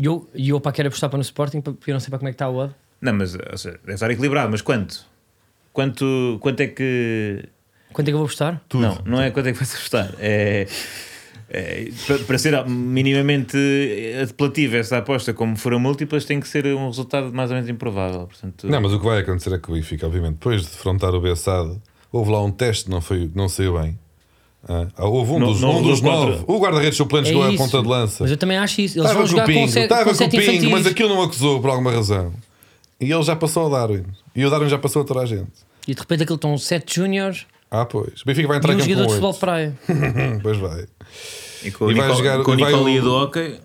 A: E eu, e eu pá, quero apostar para no Sporting, pá, porque eu não sei para como é que está o odd.
B: Não, mas ou seja, deve estar equilibrado, mas quanto? Quanto, quanto é que.
A: Quanto é que eu vou apostar?
C: Tudo.
B: Não, não é quanto é que vais apostar. É, é, pa- para ser minimamente apelativa essa aposta, como foram múltiplas, tem que ser um resultado mais ou menos improvável. Portanto,
C: Não, mas o que vai acontecer é que o Benfica, obviamente, depois de defrontar o Bessado, houve lá um teste que não, foi, não saiu bem. Ah, houve um
B: Não-
C: dos,
B: não
C: um dos
B: resultou
C: nove.
B: contra-
C: O guarda-redes suplente chegou à
A: É isso.
C: ponta de lança.
A: Mas eu também acho isso. Eles
C: Estava
A: vão
C: com o
A: jogar
C: Pingo,
A: com sete,
C: estava
A: com
C: com o
A: sete
C: Pingo,
A: infantis.
C: mas aquilo não acusou por alguma razão. E ele já passou ao Darwin. E o Darwin já passou a toda a gente.
A: E de repente aquilo estão sete júniores
C: Ah, pois. O Benfica vai
A: e
C: entrar
A: um
C: em campo
A: jogador de futebol
C: com
A: de
C: oito.
A: praia.
C: <laughs> Pois vai.
B: e com o
C: e vai
B: Nicol-
C: jogar-
B: com o
C: e vai
B: Nicolia
C: o-
B: do hockey.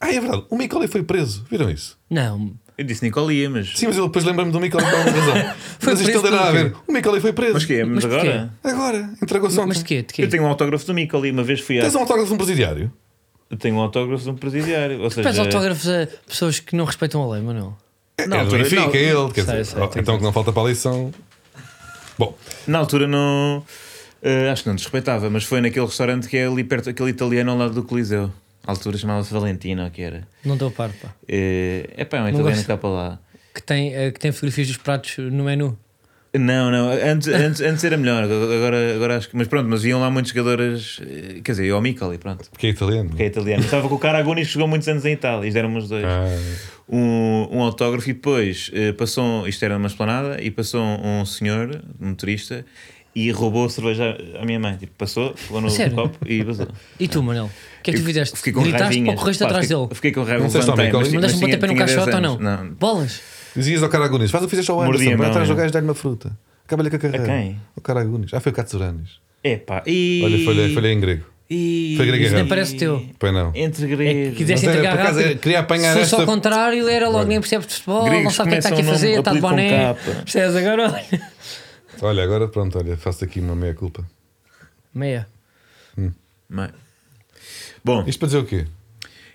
C: Ah, é verdade. O Micoli foi preso. Viram isso?
A: Não,
B: Eu disse Nicolia, mas.
C: Sim, mas eu depois lembrei-me do Micoli por
A: <laughs>
C: alguma razão.
A: Foi
C: mas isto não
A: preso
C: tem nada a
A: porquê?
C: ver. O Micoli foi preso.
B: Mas que é? Mas,
A: Mas porquê?
B: agora?
C: Agora. Entregou-se ontem.
A: mas de quê? De quê?
B: Eu tenho um autógrafo do Nicolia, uma vez fui à.
C: Tens um autógrafo de um presidiário?
B: Eu tenho um autógrafo de um presidiário. Ou
A: Tu
B: seja,
A: pedes autógrafos a pessoas que não respeitam a lei, mas não.
B: Na
C: é do
B: altura-
C: Benfica,
B: não,
C: é ele. Quer
A: sei,
C: dizer,
A: sei,
C: oh,
A: tenho
C: então que não falta para a eleição. Bom,
B: Na altura não. eh, acho que não desrespeitava, mas foi naquele restaurante que é ali perto, aquele italiano ao lado do Coliseu. À altura chamava-se Valentino, ou que era.
A: Não deu par, pá.
B: Eh, É pá, é um
A: Não
B: italiano
A: gosto.
B: que está para lá.
A: Que tem, eh, que tem fotografias dos pratos no menu.
B: Não, não, antes, antes, antes era melhor, agora, agora acho que. Mas pronto, mas iam lá muitas jogadoras. eh, Quer dizer, eu ao Micoli, pronto,
C: porque é italiano.
B: que é italiano. Estava com o Caragoni que chegou muitos anos em Itália, e deram-me os dois.
C: Ah,
B: um, um autógrafo e depois eh, passou, isto era numa esplanada, e passou um, um senhor, um motorista, e roubou a cerveja à minha mãe. Tipo, passou, pegou no
A: Sério?
B: copo e vazou.
A: E tu, Manel? O que é que tu
B: Eu
A: fizeste?
B: Fiquei com
A: Gritaste
B: ravinhas.
A: ou correste
B: Pá,
A: atrás
B: fiquei,
A: dele?
B: Fiquei com raiva,
C: Não sei se está
B: levantei,
C: bem,
B: mas, mas
C: Colin.
A: Mandaste-me
B: tinha-
A: bater pé no
B: tinha 10
A: caixote ou não?
B: anos. Não.
A: Bolas?
C: Dizias ao Caragunis: faz o que fizeste ao
B: Mordia
C: Anderson,
B: a
C: vai
B: mão,
C: atrás do
B: é.
C: gajo, dá-lhe uma fruta. Acaba-lhe com a carreira.
B: quem?
C: O Caragunis. Ah, foi o Katsuranis.
B: Epá, e...
C: Olha, falhei, falhei em grego.
B: E...
C: Foi grego
A: Isso nem
C: errado.
A: parece teu.
C: Pois não.
B: Entre
A: É
B: gregos.
A: que quiseste
C: Mas era,
A: entregar
C: por acaso,
B: é,
A: rápido.
C: eu queria apanhar
A: Se fosse ao
C: esta-
A: contrário, era logo nem percebes de futebol, não
B: Gregos
A: sabe o que é que está aqui a
B: começam
A: fazer,
B: o
A: está de
B: nome-
A: boné.
B: apelido com
A: <laughs>
B: capa.
A: Percebes agora? Olha.
C: Olha, agora pronto, olha, faço aqui uma meia-culpa.
A: Meia.
B: Mas- Bom,
C: Isto para dizer o quê?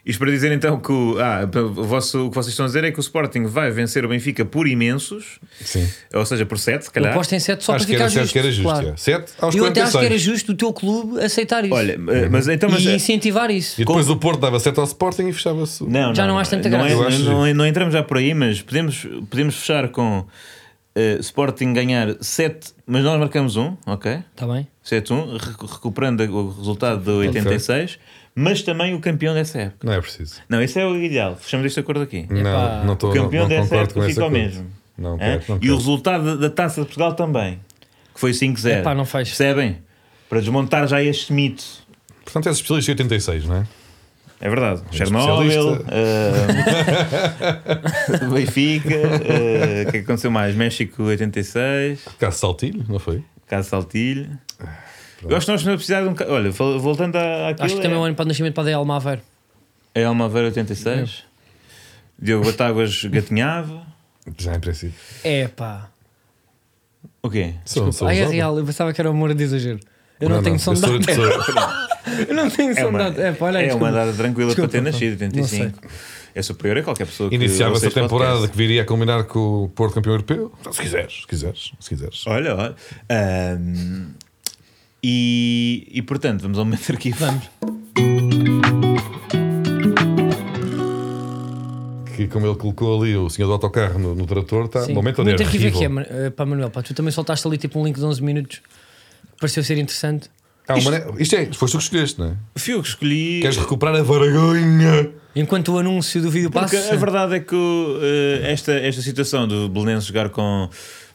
B: isto para dizer então que o, ah, o, vosso, o que vocês estão a dizer é que o Sporting vai vencer o Benfica por imensos,
C: Sim.
B: ou seja, por 7, se
A: Eu
B: calhar.
A: aposto em 7 só
C: acho
A: para
C: que era
A: ficar
C: certo
A: justo.
C: que era justo.
A: claro.
C: é. Sete aos
A: Eu até acho que era
C: 46.
A: justo o teu clube aceitar isso.
B: Olha, eh, mas então. <laughs> Mas,
A: Uhum. e incentivar isso.
C: E depois o Porto dava 7 ao Sporting e fechava-se. o-
B: Não,
A: Já não
B: não
A: acho tanta
B: não, é-
A: graça.
C: Eu acho
B: não- não- não entramos já por aí, mas podemos, podemos fechar com eh, Sporting ganhar 7, mas nós marcamos 1, ok?
A: Está Tá bem?
B: 7-1, recu- recuperando o resultado do 86, mas também o campeão dessa época.
C: Não é preciso.
B: Não, isso é o ideal, fechamos este acordo aqui.
A: Epá.
C: Não, não,
B: O
C: tô, não,
B: campeão
C: não
B: dessa
C: concordo
B: época
C: com essa
B: fica ao
C: coisa.
B: mesmo.
C: Não
B: Hã?
C: quero, não
B: e o
C: quero.
B: resultado da Taça de Portugal também, que foi 5-0.
A: Epá, não faz.
B: Percebem? Para desmontar já este mito.
C: Portanto, és especialista em 86, não é?
B: É verdade. Chernobyl, eh, <laughs> Benfica, eh, o que é que aconteceu mais? México 86,
C: Caso Saltilho, não foi?
B: Caso Saltilho. Eu acho que nós vamos precisar de um. ca- Olha, vol- voltando à- àquilo.
A: Acho que também é
B: é,
A: o ano para o nascimento para a Daniel Almaver.
B: é Almaveira 86. Diogo Batáguas gatinhava.
C: Já em princípio.
A: É pá.
B: O quê?
C: Sou, sou
A: Ah, é
C: usado.
A: real, eu pensava que era humor de exagero. Eu não, tenho som
C: eu
A: de
C: sou-
A: data.
C: sou-
A: <laughs> Eu não tenho
B: É
A: som de
B: uma,
A: data. É pá, olha aí,
B: é uma
A: desculpa.
B: data tranquila
A: Desculpa,
B: para ter
A: pá.
B: nascido,
A: Não sei.
B: 85. É superior a qualquer pessoa que
C: Iniciava-se a
B: ouça este
C: temporada
B: podcast.
C: que viria a combinar com o Porto campeão europeu. Se quiseres, se quiseres, se quiseres.
B: Olha, olha. Ahm, e, e portanto, vamos ao momento arquivo.
A: Vamos.
C: Que como ele colocou ali o senhor do autocarro no, no trator, está
A: Sim.
C: no momento
A: Muito
C: onde é
A: arquivo aqui é
C: horrível.
A: Mano- eh, pá, Manuel. Pá, tu também soltaste ali tipo um link de 11 minutos pareceu ser interessante.
C: Ah, o Mané- Isto é, foste tu que escolheste, não é?
B: Fui eu que escolhi.
C: Queres recuperar a vergonha?
A: Enquanto o anúncio do vídeo
B: Porque
A: passa,
B: a verdade é que o, eh, esta, esta situação do Belenense jogar com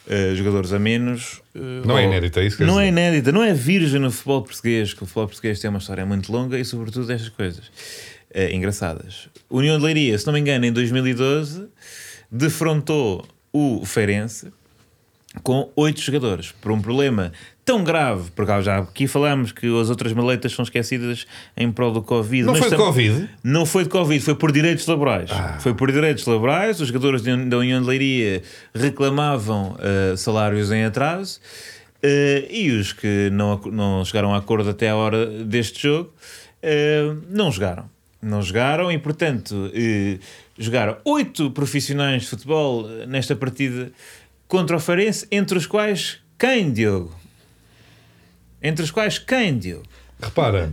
B: eh, jogadores a menos eh,
C: Não é
B: ou-
C: inédita, é isso que
B: Não
C: queres
B: é
C: dizer?
B: inédita, não é virgem no futebol português, que o futebol português tem uma história muito longa e, sobretudo, estas coisas eh, engraçadas. União de Leiria, se não me engano, em 2012 defrontou o Feirense com oito jogadores por um problema tão grave, porque já aqui falámos que as outras maletas são esquecidas em prol do Covid.
C: Não
B: mas
C: foi de
B: tam-
C: Covid?
B: não foi de Covid, foi por direitos laborais. Foi por direitos laborais. Os jogadores de- da União de Leiria reclamavam eh, salários em atraso eh, e os que não, ac- não chegaram a acordo até a hora deste jogo eh, não jogaram. Não jogaram e, portanto, eh, jogaram oito profissionais de futebol eh, nesta partida contra o Farense, entre os quais quem, Diogo? Entre os quais quem, Diogo?
C: Repara,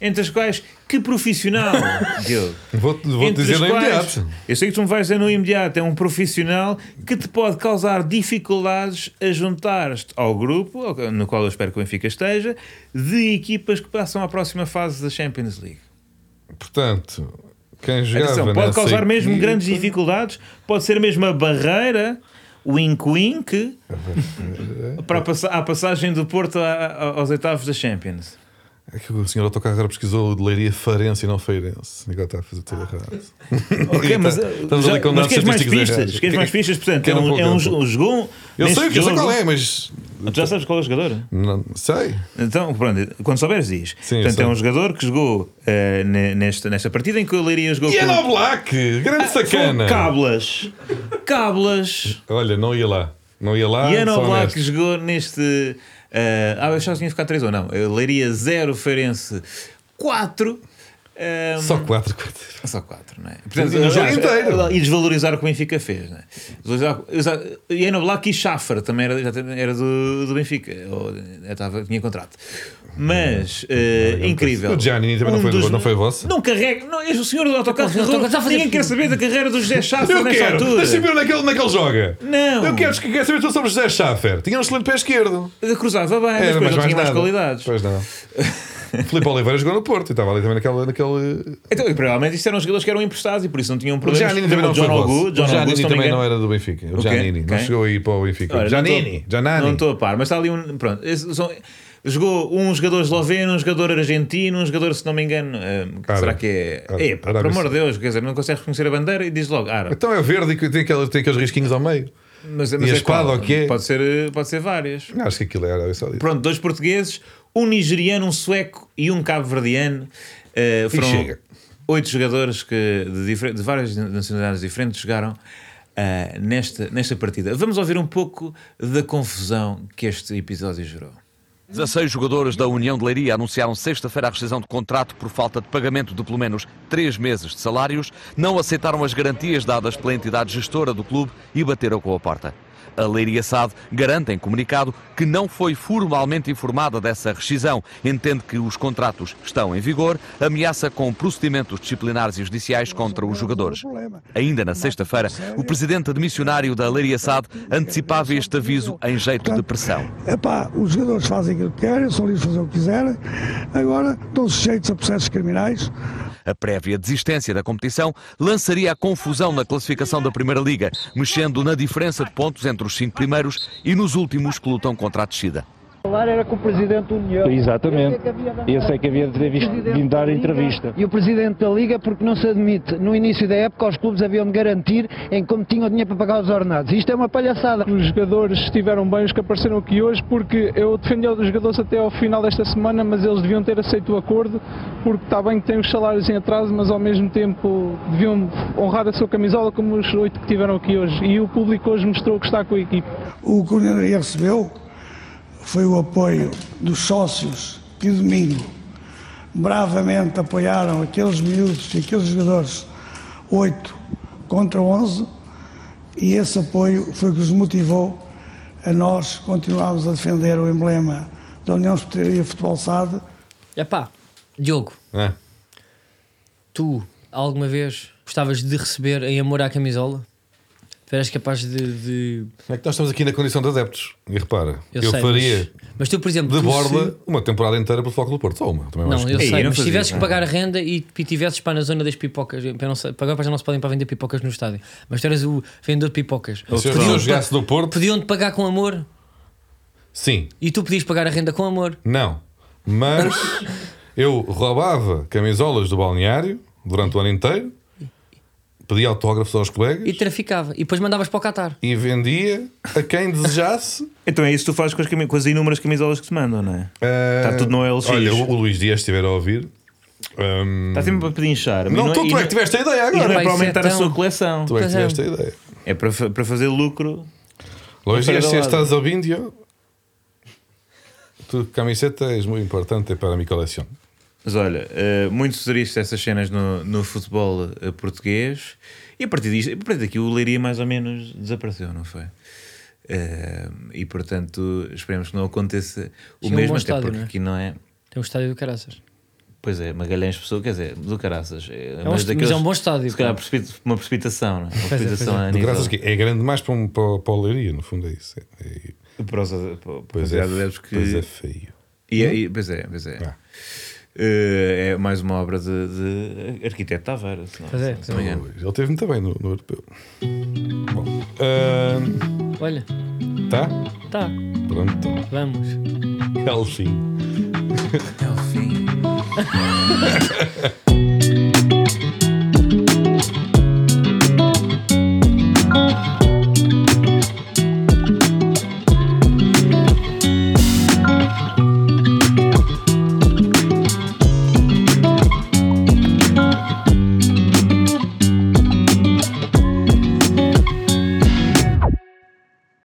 B: Entre as quais, que profissional, <laughs> Diogo?
C: vou-te vou
B: Entre
C: dizer
B: as
C: no
B: quais-
C: imediato.
B: Eu sei que tu me vais dizer no imediato. É um profissional que te pode causar dificuldades a juntar-te ao grupo, ao- no qual eu espero que o Benfica esteja, de equipas que passam à próxima fase da Champions League.
C: Portanto, quem jogava
B: Atenção, pode
C: nessa
B: causar mesmo
C: equipa-
B: grandes dificuldades, pode ser mesmo a barreira, o
C: <laughs>
B: wink-wink, para a, passa- à passagem do Porto a- a- aos oitavos da Champions.
C: É que o senhor autocarro pesquisou de leiria farense e não feirense. Agora está a fazer tudo errado.
B: <laughs>
C: tá-
B: Ok, mas, eh,
C: Estamos
B: já-
C: ali com
B: mas
C: dados
B: queres mais
C: estatísticos
B: pistas?
C: errados.
B: Queres mais pistas? Portanto, é
C: Quero
B: um,
C: pouco,
B: é um,
C: quero
B: jo- um jogo.
C: Eu
B: neste
C: sei, eu sei
B: jogo-
C: qual é, mas.
B: Tu já sabes qual é o jogador?
C: Não sei.
B: Então, pronto, quando souberes, diz.
C: Sim, eu
B: Portanto,
C: sei.
B: é um jogador que jogou eh, ne- nesta, nesta partida em que o Leiria jogou
C: E é
B: com-
C: no Black! Grande sacana!
B: com Cablas. Cablas.
C: Olha, não ia lá. Não ia lá.
B: E Ana
C: Ah, só
B: Black
C: honesto.
B: jogou neste. eh, ah, eu achava que tinha ficado 3 ou não. Eh, Leiria 0, Feirense eh, 4.
C: Só 4, 4.
B: Só quatro, não é? Portanto,
C: o
B: não,
C: jogo inteiro.
B: E desvalorizar o que o Benfica fez, não é? Desvalorizar- usar- E Ana Black e Schaffer também era, já tem- era do, do Benfica, ou, eh, tava- tinha contrato. Mas, eh, incrível. Um
C: O Giannini também não foi do- não foi vosso?
B: Não carrega, não, é o senhor do autocarro
A: Não, não,
B: carregou.
A: não, já fazia-
B: Ninguém quer saber da carreira do José Schaffer
C: Eu
B: nesta
C: quero!
B: altura.
C: Deixa-me ver onde é, que ele, onde é que ele joga!
B: Não.
C: Eu quero, quero saber tudo sobre José Schaffer. Tinha um excelente pé esquerdo.
B: Cruzava bem, mas depois não tinha mais
C: É, nada.
B: qualidades.
C: Pois não. <laughs> Filipe Oliveira jogou no Porto e estava ali também naquela. naquele... eh,
B: Então, e provavelmente isto eram jogadores que eram emprestados e por isso não tinham
C: O
B: problemas.
C: Giannini também não
B: John
C: foi
B: Ogu,
C: vosso.
B: John
C: O
B: Ogu, se
C: Giannini
B: não me
C: também
B: engano.
C: não é era do Benfica. O
B: O quê?
C: Giannini não
B: Quem?
C: chegou aí para o Benfica.
B: Olha,
C: Giannini,
B: não tô-
C: Giannini.
B: Não estou a par, mas está ali um. Pronto, esse são- jogou um jogador esloveno, um jogador argentino, um jogador, se não me engano, eh, que
C: Árabe.
B: será que é.
C: Árabe.
B: É, pá,
C: Árabe,
B: por amor
C: sim.
B: de Deus, quer dizer, não consegues reconhecer a bandeira e diz logo árabe.
C: Então é verde e que tem, aquele, tem aqueles risquinhos ao meio.
B: Mas,
C: <laughs> e a
B: é
C: espada,
B: qual?
C: o quê?
B: Pode ser, pode ser várias.
C: Não, Acho que aquilo era isso ali.
B: Pronto, dois portugueses, um nigeriano, um sueco e um cabo-verdiano. eh, foram
C: chega.
B: oito jogadores que de, difer- de várias nacionalidades diferentes jogaram ah, nesta, nesta partida. Vamos ouvir um pouco da confusão que este episódio gerou.
E: 16 jogadores da União de Leiria anunciaram sexta-feira a rescisão de contrato por falta de pagamento de pelo menos três meses de salários, não aceitaram as garantias dadas pela entidade gestora do clube e bateram com a porta. A Leiria SAD garante em comunicado que não foi formalmente informada dessa rescisão, entende que os contratos estão em vigor, ameaça com procedimentos disciplinares e judiciais contra os jogadores. Ainda na sexta-feira, o presidente admissionário da Leiria SAD antecipava este aviso em jeito de pressão.
F: Epá, os jogadores fazem aquilo que querem, são livres de fazer o que quiserem, agora estão sujeitos a processos criminais.
E: A prévia desistência da competição lançaria a confusão na classificação da Primeira Liga, mexendo na diferença de pontos entre os cinco primeiros e nos últimos que lutam contra a descida.
G: falar era com o Presidente da União.
H: Exatamente.
G: Esse é que havia de-
H: Esse é que havia de ter visto,
G: Presidente
H: de dar
G: da Liga
H: entrevista.
G: E o Presidente da Liga, porque não se admite, no início da época, os clubes haviam de garantir em como tinham dinheiro para pagar os ordenados. Isto é uma palhaçada.
H: Os jogadores estiveram bem, os que apareceram aqui hoje, porque eu defendi os jogadores até ao final desta semana, mas eles deviam ter aceito o acordo, porque está bem que têm os salários em atraso, mas ao mesmo tempo deviam honrar a sua camisola, como os oito que tiveram aqui hoje. E o público hoje mostrou que está com a equipe.
F: O que a União recebeu foi o apoio dos sócios que domingo bravamente apoiaram aqueles miúdos e aqueles jogadores 8 contra 11 e esse apoio foi o que os motivou a nós continuarmos a defender o emblema da União Esportiva Futebol SAD
A: epá, Diogo,
C: Ah,
A: tu alguma vez gostavas de receber em amor à camisola? Tu eras capaz de. de-
C: É que nós estamos aqui na condição de adeptos. E repara, eu,
A: sei,
C: faria
A: Mas, mas tu, por exemplo. tu
C: de borla
A: se-
C: uma temporada inteira pelo Foco do Porto. Só uma. Também
A: Não,
C: acho que-
A: eu
B: Ei,
A: sei,
B: eu não
A: mas se
B: fazia,
A: tivesses que
B: não.
A: pagar a renda e, e tivesses para na zona das pipocas, eu não sei, agora para já não se podem para vender pipocas no estádio, mas tu eras o vendedor de pipocas.
C: Se eu
A: Podiam-te
C: não jogasse
A: pa-
C: do Porto,
A: Podiam-te pagar com amor
C: sim,
A: e tu podias pagar a renda com amor.
C: não.
A: <laughs>
C: Mas eu roubava camisolas do balneário durante o ano inteiro, pedia autógrafos aos colegas
A: E traficava. E depois mandavas para o Qatar.
C: e vendia a quem desejasse.
B: Então é isso que tu fazes com as, cami- com as inúmeras camisolas que te mandam, não é?
C: Ah,
B: Está tudo no LX.
C: Olha, o o Luís Dias estiver a ouvir. hum,
B: Está Tá sempre para pedinchar. mas
C: não, tu,
B: e
C: tu é que tiveste a ideia
B: E não
A: Pai,
B: é
C: agora.
B: para
A: isso é
B: aumentar a
A: tão-
B: sua coleção.
C: Tu é que
A: Pois é.
C: tiveste a ideia.
B: É para, fa- para fazer lucro.
C: Luís
B: Outra
C: Dias, se
B: galada.
C: estás ouvindo, eu- tu camiseta és muito importante para a minha coleção.
B: Mas olha, eh, muito triste essas cenas no, no futebol eh, português. E a partir, disto, a partir daqui o Leiria mais ou menos desapareceu, não foi? Eh, e portanto, esperemos que não aconteça o
A: Tinha um
B: mesmo,
A: bom
B: até
A: estádio,
B: porque
A: não é?
B: aqui não é.
A: Tem um estádio do caraças.
B: Pois é, Magalhães Pessoa, quer dizer, do caraças. É,
A: um est- mas é um bom estádio,
B: Se calhar
A: pá.
B: precipita- uma precipitação, não é? Uma
A: é,
B: precipitação
A: pois
B: a
C: De
B: nível-
C: graças que é grande mais para, um, para, para a Leiria, no fundo é isso. É- é-
B: Para os ade- para- para os
C: pois, é,
B: adeptos que.
C: pois é feio.
B: E, e- pois é, pois é.
C: Ah.
B: Eh, é mais uma obra de, de arquiteto Tavares. se não-
A: Pois é,
B: se não me engano.
C: Ele teve muito bem no, no europeu. Bom, ah,
A: Olha,
C: tá?
A: tá,
C: Pronto, <laughs>
A: vamos.
C: é o fim.
B: É o fim.